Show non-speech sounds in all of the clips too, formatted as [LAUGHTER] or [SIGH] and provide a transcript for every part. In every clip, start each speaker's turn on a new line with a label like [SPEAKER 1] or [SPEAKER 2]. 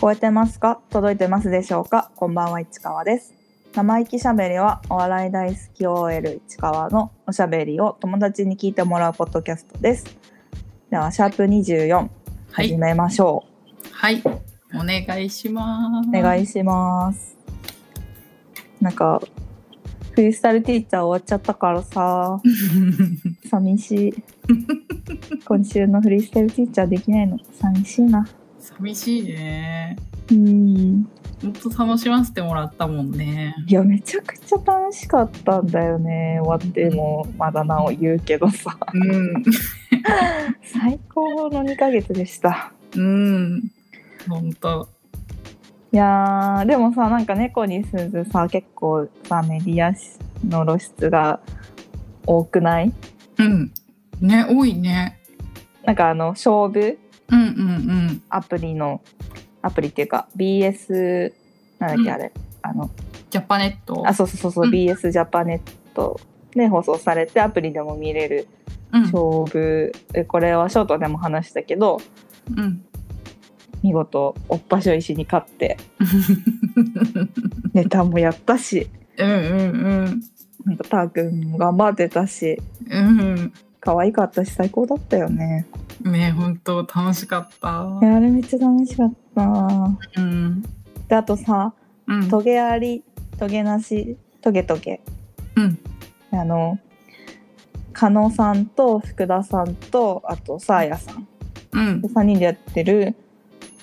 [SPEAKER 1] 超えてますか届いてますでしょうかこんばんは市川です生意気しゃべりはお笑い大好き OL 市川のおしゃべりを友達に聞いてもらうポッドキャストですではシャープ24
[SPEAKER 2] は
[SPEAKER 1] 始
[SPEAKER 2] い、
[SPEAKER 1] めましょ
[SPEAKER 2] はい、お願いしま
[SPEAKER 1] う、
[SPEAKER 2] す。
[SPEAKER 1] お願い
[SPEAKER 2] し
[SPEAKER 1] しますなんかフリースタイルティーチャー終わっちゃったからさ寂し
[SPEAKER 2] [LAUGHS]
[SPEAKER 1] い今週のフリースタイルティーチャーできないの寂しいな
[SPEAKER 2] [LAUGHS] 寂しいね。
[SPEAKER 1] うん
[SPEAKER 2] ほんと楽しませてもらったもんね。
[SPEAKER 1] いやめちゃくちゃ楽しかったんだよね終わってもまだなお言うけどさ
[SPEAKER 2] うん、
[SPEAKER 1] 最高の2ヶ月でした
[SPEAKER 2] うん、ほんと。
[SPEAKER 1] いやーでもさなんか猫にすずさ結構さメディアの露出が多くない
[SPEAKER 2] うん、ね、多いね。
[SPEAKER 1] なんかあの勝負
[SPEAKER 2] うんうん
[SPEAKER 1] アプリのアプリっていうか BS なんだっけあれ、あの
[SPEAKER 2] うん。ジャパネット。
[SPEAKER 1] あそうそうそうそう、
[SPEAKER 2] うん
[SPEAKER 1] BS ジャパネットで放送されてアプリでも見れる
[SPEAKER 2] うん、
[SPEAKER 1] 勝負、えこれはショートでも話したけど
[SPEAKER 2] うん。 [LAUGHS]
[SPEAKER 1] 見事おっぱしょ石に勝ってネタもやったし
[SPEAKER 2] うんうんうん。
[SPEAKER 1] なんかたーくんも頑張ってたし
[SPEAKER 2] うん。
[SPEAKER 1] 可愛かったし最高だったよね
[SPEAKER 2] ね、ほんと楽しかった。
[SPEAKER 1] いやあれめっちゃ楽しかった
[SPEAKER 2] うん。
[SPEAKER 1] であとさ
[SPEAKER 2] うん。
[SPEAKER 1] トゲありトゲなしトゲトゲ
[SPEAKER 2] うん。
[SPEAKER 1] あの加納さんと福田さんとあとさあやさん
[SPEAKER 2] うん。
[SPEAKER 1] 3人でやってる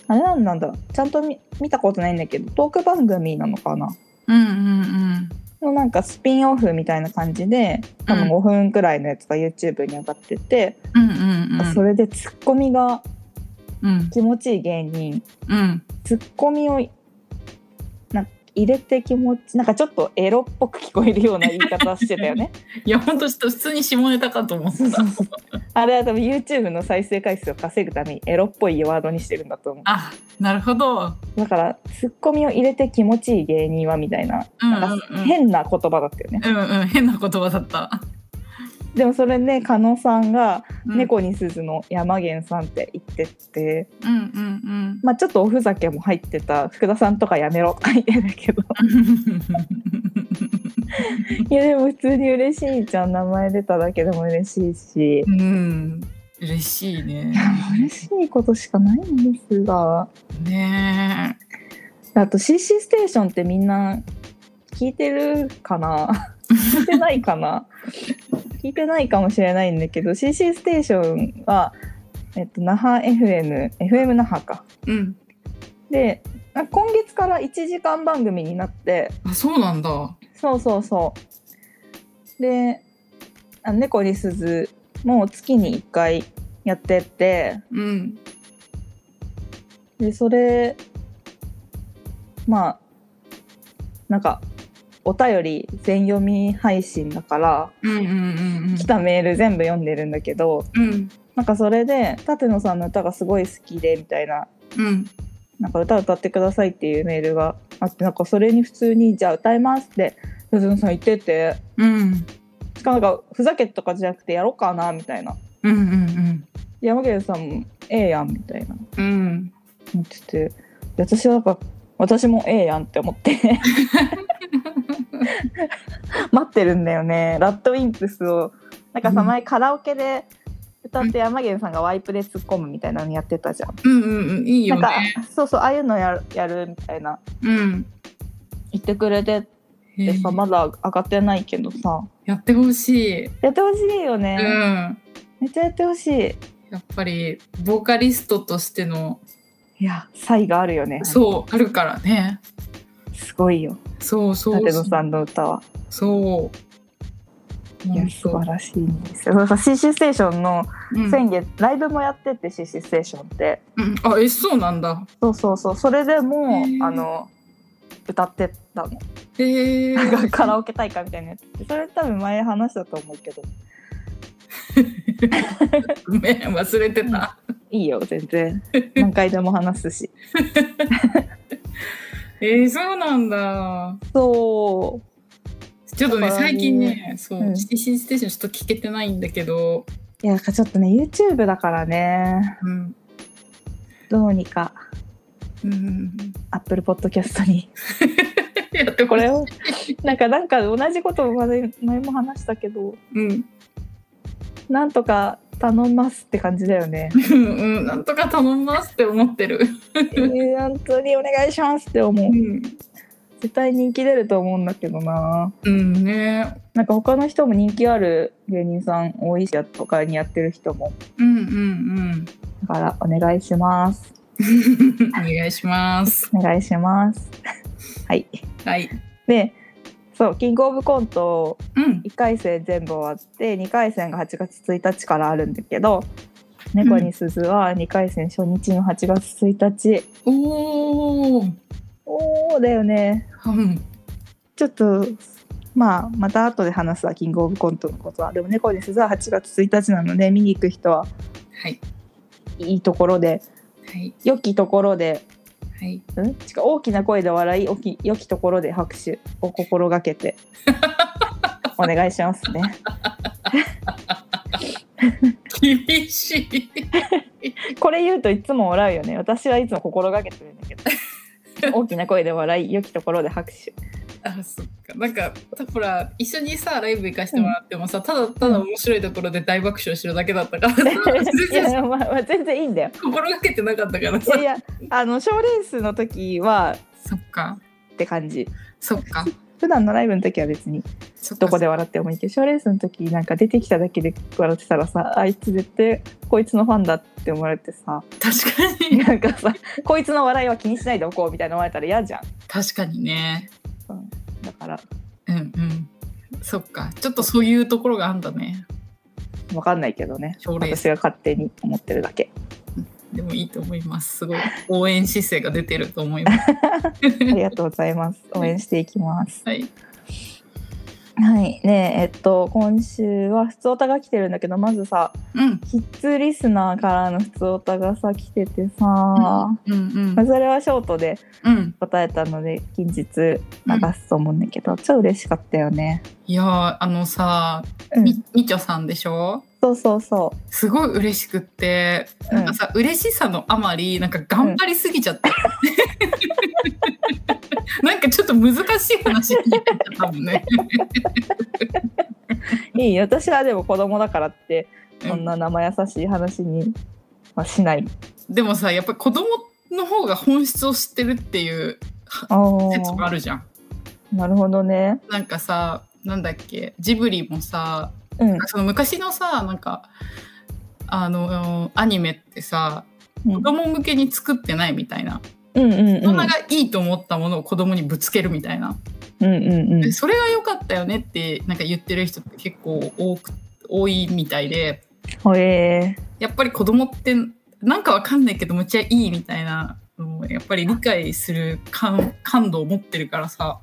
[SPEAKER 1] あれなんなんだちゃんと見見たことないんだけどトーク番組なのかな
[SPEAKER 2] うんうん
[SPEAKER 1] のなんかスピンオフみたいな感じで多分
[SPEAKER 2] うん
[SPEAKER 1] 5分くらいのやつが YouTube に上がってて、
[SPEAKER 2] うん。うんうんうん。
[SPEAKER 1] それでツッコミが
[SPEAKER 2] うん。
[SPEAKER 1] 気持ちいい芸人
[SPEAKER 2] うん。
[SPEAKER 1] ツッコミをなんか入れて気持ちなんかちょっとエロっぽく聞こえるような言い方してたよ
[SPEAKER 2] [LAUGHS]
[SPEAKER 1] ね
[SPEAKER 2] いや、ほんと、普通に下ネタかと思って
[SPEAKER 1] そう
[SPEAKER 2] た
[SPEAKER 1] そう。そうあれは多分 YouTube の再生回数を稼ぐためにエロっぽいワードにしてるんだと思
[SPEAKER 2] あ、なるほど。
[SPEAKER 1] うだからツッコミを入れて気持ちいい芸人はみたいな
[SPEAKER 2] うんうん
[SPEAKER 1] なんか
[SPEAKER 2] うん
[SPEAKER 1] 変な言葉だったよね、
[SPEAKER 2] うんうん、変な言葉だった。
[SPEAKER 1] でもそれね加納さんが
[SPEAKER 2] うん。
[SPEAKER 1] 猫に鈴の山源さんって言ってって、
[SPEAKER 2] うんうん
[SPEAKER 1] まあ、ちょっとおふざけも入ってた福田さんとかやめろとか言ってたけ
[SPEAKER 2] [LAUGHS]
[SPEAKER 1] どいやでも普通に嬉しいじゃん名前出ただけでも嬉しいし
[SPEAKER 2] うん。うん。嬉しいね
[SPEAKER 1] い。や嬉しいことしかないんですが
[SPEAKER 2] ね
[SPEAKER 1] あと CC ステーションってみんな聞いてるかな聞いてないかな聞いてないかもしれないんだけど CC ステーションは、えっと、那覇 FM FM 那覇か
[SPEAKER 2] え。うん。
[SPEAKER 1] であ今月から1時間番組になって
[SPEAKER 2] あ、そうなんだ。
[SPEAKER 1] そうそうそうであ猫に鈴も月に1回やってて
[SPEAKER 2] うん。
[SPEAKER 1] でそれまあなんかお便り全読み配信だから
[SPEAKER 2] うんうんうん
[SPEAKER 1] 来たメール全部読んでるんだけど
[SPEAKER 2] うん。うん。
[SPEAKER 1] なんかそれで舘野さんの歌がすごい好きでみたいな
[SPEAKER 2] うん。
[SPEAKER 1] なんか歌歌ってくださいっていうメールがあってなんかそれに普通に「じゃあ歌います」って鈴野さん言ってて
[SPEAKER 2] うん。
[SPEAKER 1] しかもなんかふざけとかじゃなくてやろうかなみたいな
[SPEAKER 2] うんうん
[SPEAKER 1] 山源さんも「ええやん」みたいな
[SPEAKER 2] うん。うん。
[SPEAKER 1] 言っててで私はなんか私もええやんって思って [LAUGHS] 待ってるんだよねラッドウィンプスをなんかさ
[SPEAKER 2] うん
[SPEAKER 1] 前カラオケで歌って山源さんがワイプで突っ込むみたいなのやってたじゃん。
[SPEAKER 2] うんうんうん。いいよ
[SPEAKER 1] なんか
[SPEAKER 2] ね。
[SPEAKER 1] そうそうああいうのやるやるみたいな
[SPEAKER 2] うん。
[SPEAKER 1] 言ってくれて
[SPEAKER 2] へ
[SPEAKER 1] で
[SPEAKER 2] え
[SPEAKER 1] さまだ上がってないけどさ
[SPEAKER 2] やってほしい。
[SPEAKER 1] やってほしいよ
[SPEAKER 2] う
[SPEAKER 1] ね、
[SPEAKER 2] ん。
[SPEAKER 1] めっちゃやってほしい
[SPEAKER 2] やっぱりボーカリストとしての
[SPEAKER 1] いや才があるよね
[SPEAKER 2] そうあるからね
[SPEAKER 1] すごいよ
[SPEAKER 2] そうそう
[SPEAKER 1] 舘野さんの歌は
[SPEAKER 2] そう
[SPEAKER 1] いや
[SPEAKER 2] 本
[SPEAKER 1] 素
[SPEAKER 2] 当
[SPEAKER 1] 晴らしいんですよそうそう CC ステーションの
[SPEAKER 2] うん
[SPEAKER 1] 先月、ライブもやってて CC ステーションって
[SPEAKER 2] うんあえそうなんだ
[SPEAKER 1] そうそうそうそれでも
[SPEAKER 2] へー
[SPEAKER 1] あの歌ってたの
[SPEAKER 2] へえ
[SPEAKER 1] [LAUGHS] なんかカラオケ大会みたいなやつでそれ多分前話したと思うけど
[SPEAKER 2] ごめん忘れてた、
[SPEAKER 1] いいよ全 [LAUGHS] 然何回でも話すし
[SPEAKER 2] えー、そうなんだ
[SPEAKER 1] そ
[SPEAKER 2] ちょっとね
[SPEAKER 1] だからね
[SPEAKER 2] 最近ねそう、
[SPEAKER 1] うん
[SPEAKER 2] CC ステーションちょっと聞けてないんだけど、
[SPEAKER 1] ういやなんかちょっとね YouTube だからね
[SPEAKER 2] うん、
[SPEAKER 1] どうにか
[SPEAKER 2] うんうんうん。
[SPEAKER 1] Apple Podcast に。
[SPEAKER 2] やって
[SPEAKER 1] [LAUGHS] こ
[SPEAKER 2] これ。
[SPEAKER 1] れを、なんか、なんか同じことまで前も話したけど、
[SPEAKER 2] [LAUGHS] うん。
[SPEAKER 1] なんとか頼ますって感じだよね。
[SPEAKER 2] うん。なんとか頼みますって思ってる。
[SPEAKER 1] えー本当にお願いしますって思う。
[SPEAKER 2] ん。
[SPEAKER 1] 絶対人気出ると思うんだけどな。
[SPEAKER 2] うんね。
[SPEAKER 1] なんか他の人も人気ある芸人さん多いし、とかにやってる人も。
[SPEAKER 2] うんうん
[SPEAKER 1] だから、お願いします。
[SPEAKER 2] うん。お [LAUGHS] 願いします。
[SPEAKER 1] お願いします。はい。
[SPEAKER 2] はい。
[SPEAKER 1] で、そう、キングオブコント
[SPEAKER 2] うん。
[SPEAKER 1] 1回戦全部終わって、2回戦が8月1日からあるんだけど、猫に鈴は2回戦初日の8月1日。
[SPEAKER 2] おお。
[SPEAKER 1] おーだよね。
[SPEAKER 2] うん。
[SPEAKER 1] ちょっと、まあ、また後で話すわ、キングオブコントのことは。でも猫に鈴は8月1日なので、見に行く人は
[SPEAKER 2] はい。
[SPEAKER 1] いいところで、
[SPEAKER 2] はい。
[SPEAKER 1] 良きところで、
[SPEAKER 2] はい。
[SPEAKER 1] ん違う大きな声で笑い、おき良きところで拍手を心がけて、お願いしますね。
[SPEAKER 2] 厳しい。
[SPEAKER 1] これ言うといつも笑うよね私はいつも心がけてるんだ [LAUGHS] けど大きな声で笑い良きところで拍手
[SPEAKER 2] あ、そっか。なんか、たほら、一緒にさ、ライブ行かしてもらってもさ、ただただ面白いところで大爆笑してるだけだったから、 [LAUGHS] 全
[SPEAKER 1] いや
[SPEAKER 2] 然
[SPEAKER 1] いやまあまあ全然いいんだよ
[SPEAKER 2] 心がけてなかったから
[SPEAKER 1] いや
[SPEAKER 2] さ
[SPEAKER 1] い。やあの賞レースの時は
[SPEAKER 2] そっか。
[SPEAKER 1] って感じ
[SPEAKER 2] そっか。
[SPEAKER 1] 普段のライブの時は別に
[SPEAKER 2] そっか
[SPEAKER 1] どこで笑ってもいいけど賞レースの時なんか出てきただけで笑ってたらさあいつ絶対こいつのファンだって思われて [LAUGHS] さ
[SPEAKER 2] 確かに。
[SPEAKER 1] [LAUGHS] なんかさこいつの笑いは気にしないでおこうみたいな思われたら嫌じゃん
[SPEAKER 2] 確かにね。
[SPEAKER 1] だから
[SPEAKER 2] うんうん。そっか。ちょっとそういうところがあんだね。
[SPEAKER 1] わかんないけどね
[SPEAKER 2] 賞レース
[SPEAKER 1] 私が勝手に思ってるだけ
[SPEAKER 2] でもいいと思います。すごい。応援姿勢が出てると思います。
[SPEAKER 1] ありがとうございます応援していきます [LAUGHS]
[SPEAKER 2] はい。
[SPEAKER 1] はいねええっと今週は普通オタが来てるんだけどまずさ
[SPEAKER 2] うん。
[SPEAKER 1] キッズリスナーからの普通オタがさ来ててさ、ま
[SPEAKER 2] うんうん
[SPEAKER 1] あ。それはショートで
[SPEAKER 2] うん。
[SPEAKER 1] 答えたので近日流すと思うんだけど、超嬉しかったよね。
[SPEAKER 2] いやー、あのさ、
[SPEAKER 1] うん
[SPEAKER 2] み、みちょさんでしょ
[SPEAKER 1] そうそうそ
[SPEAKER 2] すごい嬉しくって、
[SPEAKER 1] うん
[SPEAKER 2] なんかさ嬉しさのあまりなんか頑張りすぎち
[SPEAKER 1] [LAUGHS]
[SPEAKER 2] ゃって、なんかちょっと難しい話になっちゃったもんね。
[SPEAKER 1] ういい私はでも子供だからって
[SPEAKER 2] うん
[SPEAKER 1] そんな生優しい話にはしない。
[SPEAKER 2] でもさやっぱり子供の方が本質を知ってるっていう
[SPEAKER 1] お
[SPEAKER 2] 説もあるじゃん。
[SPEAKER 1] なるほどね。
[SPEAKER 2] なんかさなんだっけジブリもさ
[SPEAKER 1] うん
[SPEAKER 2] その昔のさなんかあのアニメってさ
[SPEAKER 1] うん
[SPEAKER 2] 子供向けに作ってないみたいな
[SPEAKER 1] うんうん
[SPEAKER 2] 大人
[SPEAKER 1] うん
[SPEAKER 2] がいいと思ったものを子供にぶつけるみたいな。
[SPEAKER 1] うんうんう
[SPEAKER 2] で
[SPEAKER 1] ん
[SPEAKER 2] それが良かったよねってなんか言ってる人って結構多く多いみたいで
[SPEAKER 1] ほえ
[SPEAKER 2] やっぱり子供ってなんかわかんないけどむっちゃいいみたいなのをやっぱり理解する感感度を持ってるからさ、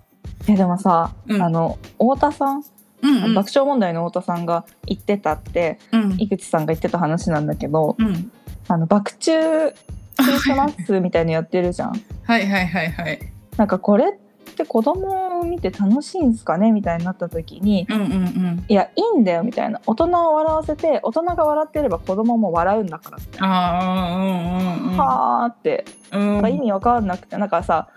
[SPEAKER 1] ーえでもさ、
[SPEAKER 2] うん
[SPEAKER 1] あの太田さん
[SPEAKER 2] うんうん、
[SPEAKER 1] 爆笑問題の太田さんが言ってたって
[SPEAKER 2] うん
[SPEAKER 1] 井口さんが言ってた話なんだけど
[SPEAKER 2] うん
[SPEAKER 1] あの爆中クリスマスみたいにやってるじゃん。 [LAUGHS]
[SPEAKER 2] はいはいはいはい
[SPEAKER 1] なんかこれって子供を見て楽しいんすかねみたいになった時に
[SPEAKER 2] うんうんうん
[SPEAKER 1] いやいいんだよみたいな大人を笑わせて大人が笑ってれば子供も笑うんだからって、
[SPEAKER 2] あ
[SPEAKER 1] はーって
[SPEAKER 2] あうんうんう
[SPEAKER 1] なん
[SPEAKER 2] ん
[SPEAKER 1] か意味わかんなくてなんかさ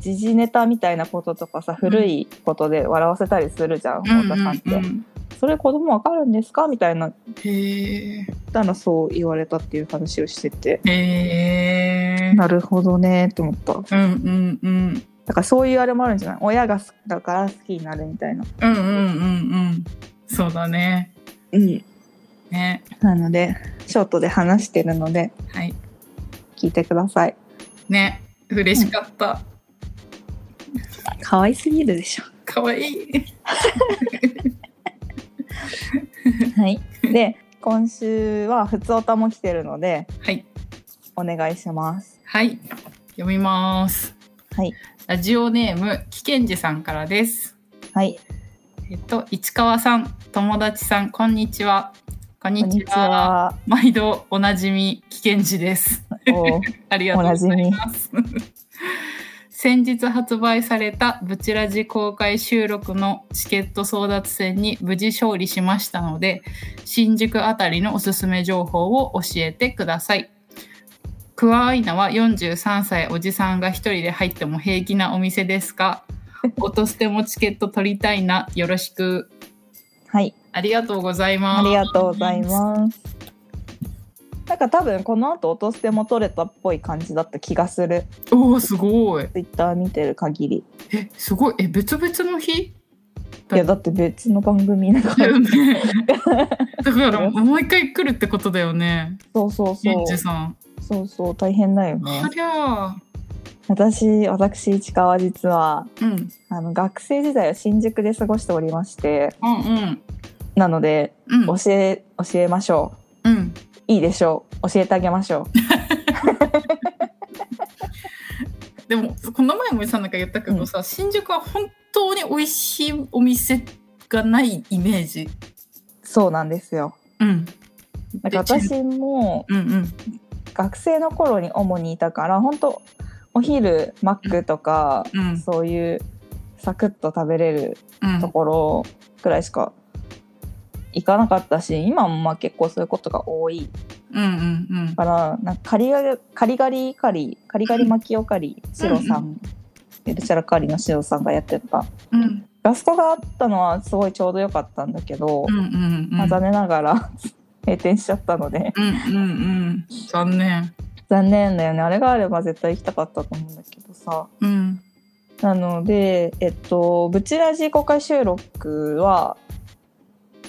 [SPEAKER 1] 時事ネタみたいなこととかさ古いことで笑わせたりするじゃん
[SPEAKER 2] うん
[SPEAKER 1] 太田さんって、
[SPEAKER 2] うんうん
[SPEAKER 1] それ子供わかるんですかみたいな
[SPEAKER 2] へ
[SPEAKER 1] たらそう言われたっていう話をしてて
[SPEAKER 2] えへえ
[SPEAKER 1] なるほどねって思った。
[SPEAKER 2] うんうんうん
[SPEAKER 1] だからそういうあれもあるんじゃない親が好きだから好きになるみたいな。
[SPEAKER 2] うんうんうんうんそうだね
[SPEAKER 1] うん。
[SPEAKER 2] ね
[SPEAKER 1] なので、ショートで話してるので、
[SPEAKER 2] はい
[SPEAKER 1] 聞いてください。
[SPEAKER 2] ね嬉しかった、
[SPEAKER 1] 可愛すぎるでしょ。
[SPEAKER 2] かわいい
[SPEAKER 1] はい。 [LAUGHS] で、今週は、ふつおたも来てるので、
[SPEAKER 2] はい
[SPEAKER 1] お願いします。
[SPEAKER 2] はい読みます
[SPEAKER 1] はい
[SPEAKER 2] ラジオネームきけんじさんからです
[SPEAKER 1] はい。
[SPEAKER 2] えっと市川さん友達さんこんにちは
[SPEAKER 1] こ
[SPEAKER 2] こん
[SPEAKER 1] ん
[SPEAKER 2] に
[SPEAKER 1] に
[SPEAKER 2] ち
[SPEAKER 1] ち
[SPEAKER 2] は
[SPEAKER 1] は。
[SPEAKER 2] 毎度おなじみきけんじです
[SPEAKER 1] おう [LAUGHS]
[SPEAKER 2] ありがとうございます。先日発売されたブチラジ公開収録のチケット争奪戦に無事勝利しましたので、新宿あたりのおすすめ情報を教えてください。クワアイナは43歳おじさんが一人で入っても平気なお店ですか落としてもチケット取りたいなよろしく
[SPEAKER 1] はい
[SPEAKER 2] ありがとうございます
[SPEAKER 1] ありがとうございますなんか多分この後落としても取れたっぽい感じだった気がする
[SPEAKER 2] おおすごい
[SPEAKER 1] ツイッター見てる限り
[SPEAKER 2] えすごいえ別々の日
[SPEAKER 1] いやだって別の番組だか
[SPEAKER 2] だ [LAUGHS]
[SPEAKER 1] ら
[SPEAKER 2] よねだからもう一回来るってことだよね
[SPEAKER 1] そうそう
[SPEAKER 2] ケ
[SPEAKER 1] そ
[SPEAKER 2] ン
[SPEAKER 1] う
[SPEAKER 2] ジさん
[SPEAKER 1] そうそう大変だよね
[SPEAKER 2] ありゃあ
[SPEAKER 1] 私私市川は実は
[SPEAKER 2] うんうん
[SPEAKER 1] あの学生時代を新宿で過ごしておりまして
[SPEAKER 2] うん
[SPEAKER 1] なので
[SPEAKER 2] うん
[SPEAKER 1] 教え教えましょ
[SPEAKER 2] うん
[SPEAKER 1] ういいでしょう教えてあげましょ
[SPEAKER 2] でもこの前もさなんか言ったけどさ、新宿は本当に美味しいお店がないイメージ
[SPEAKER 1] うそうなんですよ
[SPEAKER 2] うん
[SPEAKER 1] なんか私も
[SPEAKER 2] うんうん
[SPEAKER 1] 学生の頃に主にいたから本当お昼マックとか、
[SPEAKER 2] うん
[SPEAKER 1] そういうサクッと食べれる
[SPEAKER 2] うん
[SPEAKER 1] ところくらいしか行かなかったし今もまあ結構そういうことが多い
[SPEAKER 2] うんうん
[SPEAKER 1] からなんかカリガリカリガリカリカリガリマキオカリシロさ
[SPEAKER 2] うん
[SPEAKER 1] エルシャラカリのシロさんがやってた
[SPEAKER 2] うんうん
[SPEAKER 1] ガスコがあったのはすごいちょうど良かったんだけど、
[SPEAKER 2] うんうんうん
[SPEAKER 1] まあ、残念ながら [LAUGHS] 閉店しちゃったので
[SPEAKER 2] うんうんうん残念
[SPEAKER 1] 残念だよねあれがあれば絶対行きたかったと思うんだけどさ
[SPEAKER 2] うん
[SPEAKER 1] なのでえっとブチラジ公開収録は、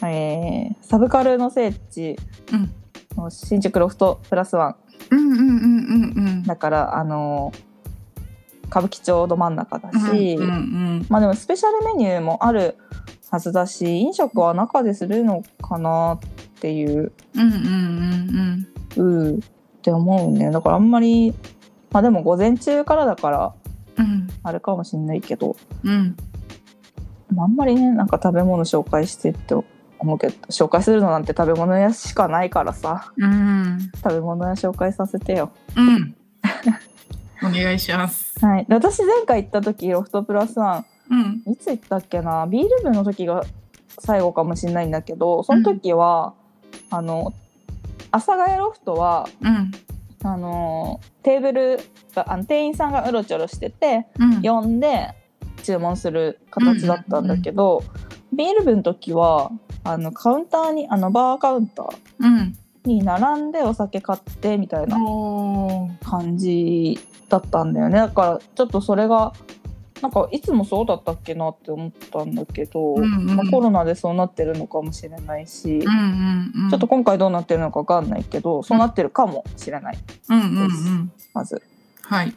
[SPEAKER 1] えーサブカルの聖地
[SPEAKER 2] うん
[SPEAKER 1] の新宿ロフトプラスワン
[SPEAKER 2] うんうんうんうん
[SPEAKER 1] だからあの歌舞伎町ど真ん中だし、
[SPEAKER 2] うんうん
[SPEAKER 1] まあでもスペシャルメニューもあるはずだし飲食は中でするのかなっていう
[SPEAKER 2] うんうんうん
[SPEAKER 1] うんって思うねだからあんまりまあでも午前中からだから
[SPEAKER 2] うん
[SPEAKER 1] あれかもしんないけど
[SPEAKER 2] うん
[SPEAKER 1] まああんまりねなんか食べ物紹介してって思うけど紹介するのなんて食べ物屋しかないからさ
[SPEAKER 2] うん
[SPEAKER 1] 食べ物屋紹介させてよ
[SPEAKER 2] うんお願いします
[SPEAKER 1] はいで私前回行った時ロフトプラスワン
[SPEAKER 2] うん
[SPEAKER 1] いつ行ったっけなビール部の時が最後かもしれないんだけどその時は、あの阿佐ヶ谷ロフトは
[SPEAKER 2] うん
[SPEAKER 1] あのテーブルがあの店員さんがうろちょろしてて
[SPEAKER 2] うん
[SPEAKER 1] 呼んで注文する形だったんだけど、ビール部の時はあのカウンターにあのバーカウンター
[SPEAKER 2] うん
[SPEAKER 1] に並んでお酒買ってみたいな
[SPEAKER 2] おー
[SPEAKER 1] 感じだったんだよねだからちょっとそれがなんかいつもそうだったっけなって思ったんだけど、
[SPEAKER 2] うんうん
[SPEAKER 1] まあコロナでそうなってるのかもしれないし、
[SPEAKER 2] うんうんうん
[SPEAKER 1] ちょっと今回どうなってるのか分かんないけどそうなってるかもしれない
[SPEAKER 2] うんうんうん
[SPEAKER 1] まず。
[SPEAKER 2] はい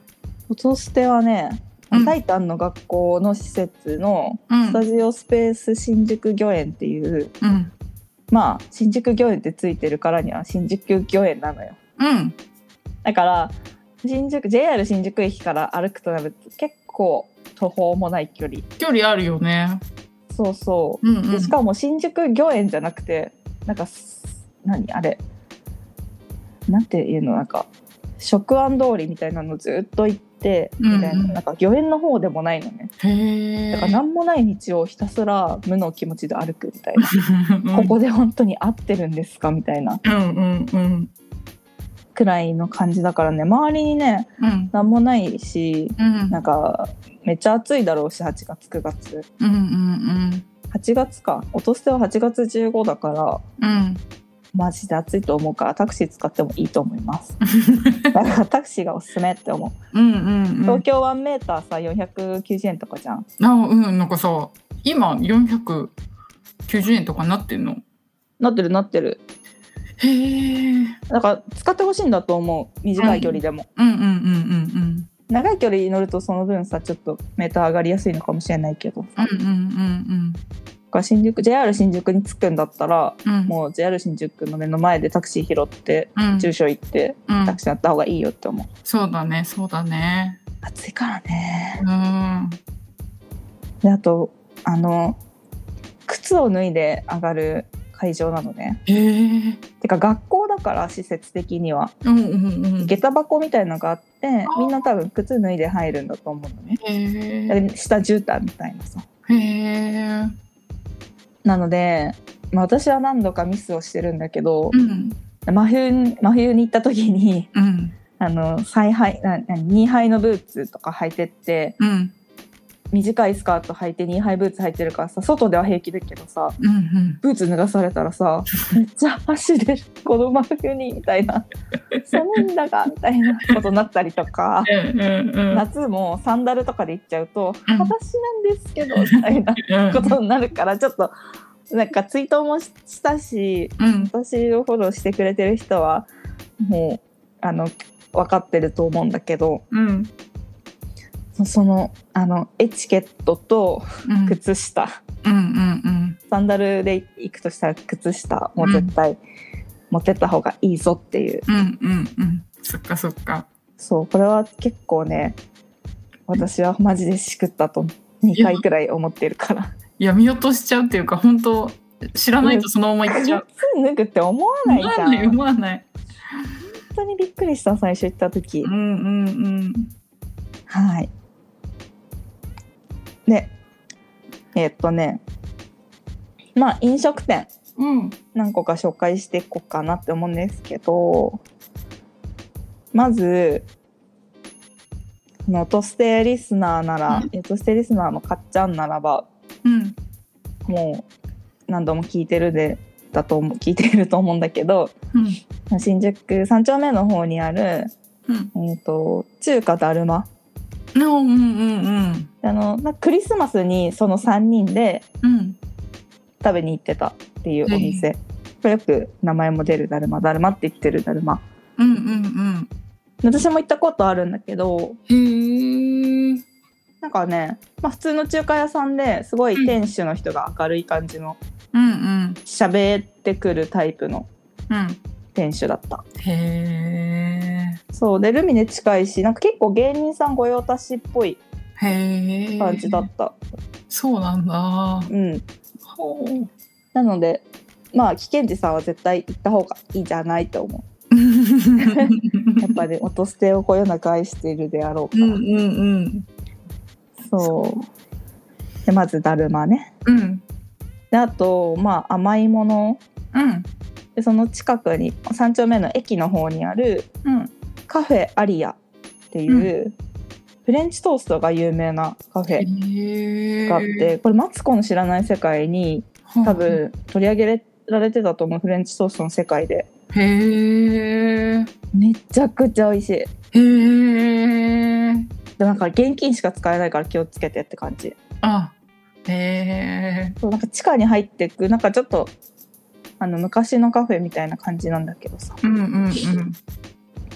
[SPEAKER 1] 音捨てはね、
[SPEAKER 2] うん
[SPEAKER 1] タイタンの学校の施設の
[SPEAKER 2] うん
[SPEAKER 1] スタジオスペース新宿御苑っていう、
[SPEAKER 2] うん
[SPEAKER 1] まあ新宿御苑ってついてるからには新宿御苑なのよ。
[SPEAKER 2] うん
[SPEAKER 1] だから新宿 JR 新宿駅から歩くとなると結構途方もない距離
[SPEAKER 2] 距離あるよね
[SPEAKER 1] そうそ
[SPEAKER 2] うん
[SPEAKER 1] う
[SPEAKER 2] う
[SPEAKER 1] で
[SPEAKER 2] ん
[SPEAKER 1] しかも新宿御苑じゃなくてなんかす何あれなんていうのなんか食安通りみたいなのずっと行ってみたいな,、
[SPEAKER 2] うんうん
[SPEAKER 1] なんか御苑の方でもないのね
[SPEAKER 2] へえ
[SPEAKER 1] だから何もない道をひたすら無の気持ちで歩くみたいな
[SPEAKER 2] こ
[SPEAKER 1] ここで本当に合ってるんですかみたいな
[SPEAKER 2] うんうんうん
[SPEAKER 1] くらいの感じだからね周りにね
[SPEAKER 2] うん
[SPEAKER 1] 何もないし
[SPEAKER 2] うん
[SPEAKER 1] なんかめっちゃ暑いだろうし8月9月
[SPEAKER 2] うんうん
[SPEAKER 1] 8月か落としては8月15だから
[SPEAKER 2] うんうん
[SPEAKER 1] マジで暑いと思うからタクシー使ってもいいと思います
[SPEAKER 2] [LAUGHS]
[SPEAKER 1] だからタクシーがおすすめって思う
[SPEAKER 2] うんうんうん
[SPEAKER 1] 東京ワンメーターさ490円とかじゃん
[SPEAKER 2] あうんなんかさ今490円とかなってんの
[SPEAKER 1] なってるなってる
[SPEAKER 2] へえうん
[SPEAKER 1] だから使ってほしいんだと思う短い距離でも、
[SPEAKER 2] うんうんうん
[SPEAKER 1] 長い距離乗るとその分さちょっとメーター上がりやすいのかもしれないけど
[SPEAKER 2] うん
[SPEAKER 1] さ、
[SPEAKER 2] うんうんうん
[SPEAKER 1] だから新宿 JR 新宿に着くんだったら
[SPEAKER 2] うんうん
[SPEAKER 1] もう JR 新宿の目の前でタクシー拾って
[SPEAKER 2] うん
[SPEAKER 1] 住所行って
[SPEAKER 2] うん
[SPEAKER 1] タクシー乗った方がいいよって思う
[SPEAKER 2] そうだねそうだね
[SPEAKER 1] 暑いからね
[SPEAKER 2] うん
[SPEAKER 1] であとあの靴を脱いで上がる会場なのね
[SPEAKER 2] へえ
[SPEAKER 1] てか学校だから施設的には
[SPEAKER 2] うんうんうん
[SPEAKER 1] 下駄箱みたいのがあって
[SPEAKER 2] ー
[SPEAKER 1] みんな多分靴脱いで入るんだと思うのね
[SPEAKER 2] へえ
[SPEAKER 1] で下絨毯みたいなさ
[SPEAKER 2] へえ
[SPEAKER 1] なので、まあ、私は何度かミスをしてるんだけど
[SPEAKER 2] うん
[SPEAKER 1] 真冬に真冬に行った時に
[SPEAKER 2] うん
[SPEAKER 1] あの再敗なな2敗のブーツとか履いてって
[SPEAKER 2] うん
[SPEAKER 1] 短いスカート履いて2敗ブーツ履いてるからさ外では平気だけどさ
[SPEAKER 2] うんうん
[SPEAKER 1] ブーツ脱がされたらさめっちゃ走れる子供風にみたいな寒いんだがみたいなことになったりとか。
[SPEAKER 2] うんうん
[SPEAKER 1] 夏もサンダルとかで行っちゃうと
[SPEAKER 2] うん
[SPEAKER 1] 裸足なんですけどみたいな
[SPEAKER 2] うん
[SPEAKER 1] ことになるからちょっとなんかツイートもしたし
[SPEAKER 2] うん
[SPEAKER 1] 私をフォローしてくれてる人はもうあの分かってると思うんだけど
[SPEAKER 2] うん
[SPEAKER 1] そのあのエチケットと
[SPEAKER 2] うん
[SPEAKER 1] 靴下、
[SPEAKER 2] うんうんうん
[SPEAKER 1] サンダルで行くとしたら靴下もう絶対持ってった方がいいぞっていう、
[SPEAKER 2] うんうんうんそっかそっか
[SPEAKER 1] そうこれは結構ね私はマジでしくったと2回くらい思ってるから。
[SPEAKER 2] いや見落としちゃうっていうか本当知らないとそのまま行っちゃう
[SPEAKER 1] 靴脱ぐって思わない
[SPEAKER 2] 思
[SPEAKER 1] じゃ
[SPEAKER 2] わない
[SPEAKER 1] ん。本
[SPEAKER 2] 思わない
[SPEAKER 1] 当にびっくりした最初行った時
[SPEAKER 2] う。んうんうん
[SPEAKER 1] はい。で、えーっとね、まあ飲食店
[SPEAKER 2] うん
[SPEAKER 1] 何個か紹介していこうかなって思うんですけど、まず、あのトステリスナーなら、
[SPEAKER 2] うん
[SPEAKER 1] えートステリスナーのかっちゃんならば、
[SPEAKER 2] うん
[SPEAKER 1] もう何度も聞いてるで、だと思う聞いてると思うんだけど、
[SPEAKER 2] うん
[SPEAKER 1] 新宿三丁目の方にある、
[SPEAKER 2] うん
[SPEAKER 1] えー、と中華だるま
[SPEAKER 2] うんうんうん
[SPEAKER 1] あのなんかクリスマスにその3人で
[SPEAKER 2] うん
[SPEAKER 1] 食べに行ってたっていうお店、これよく名前も出るだるまだるまって言ってるだるま
[SPEAKER 2] うんうん
[SPEAKER 1] 私も行ったことあるんだけど
[SPEAKER 2] うんへえ
[SPEAKER 1] なんかね、まあ、普通の中華屋さんですごい店主の人が明るい感じの
[SPEAKER 2] うんうん
[SPEAKER 1] 喋ってくるタイプの
[SPEAKER 2] うん
[SPEAKER 1] 店主だった
[SPEAKER 2] へ
[SPEAKER 1] そうでルミネ近いしなんか結構芸人さん御用達っぽい
[SPEAKER 2] えへえ
[SPEAKER 1] 感じだった、
[SPEAKER 2] そうなんだ
[SPEAKER 1] うん
[SPEAKER 2] ほう
[SPEAKER 1] なのでまあ危険児さんは絶対行った方がいいじゃないと思 [LAUGHS] うやっぱり、音捨てをこよなく愛しているであろうか
[SPEAKER 2] うん
[SPEAKER 1] ら、
[SPEAKER 2] うんうん
[SPEAKER 1] そうでまずだるまね
[SPEAKER 2] うん
[SPEAKER 1] であとまあ甘いもの
[SPEAKER 2] うん
[SPEAKER 1] でその近くに三丁目の駅の方にある
[SPEAKER 2] うん
[SPEAKER 1] カフェアリアっていう、フレンチトーストが有名なカフェ
[SPEAKER 2] へえ
[SPEAKER 1] があってこれマツコの知らない世界に多分取り上げられてたと思うフレンチトーストの世界で
[SPEAKER 2] へえ
[SPEAKER 1] めちゃくちゃ美味しい
[SPEAKER 2] へえ
[SPEAKER 1] でなんか現金しか使えないから気をつけてって感じ
[SPEAKER 2] あへえ
[SPEAKER 1] そうなんか地下に入ってくなんかちょっとあの昔のカフェみたいな感じなんだけどさ
[SPEAKER 2] うんうんう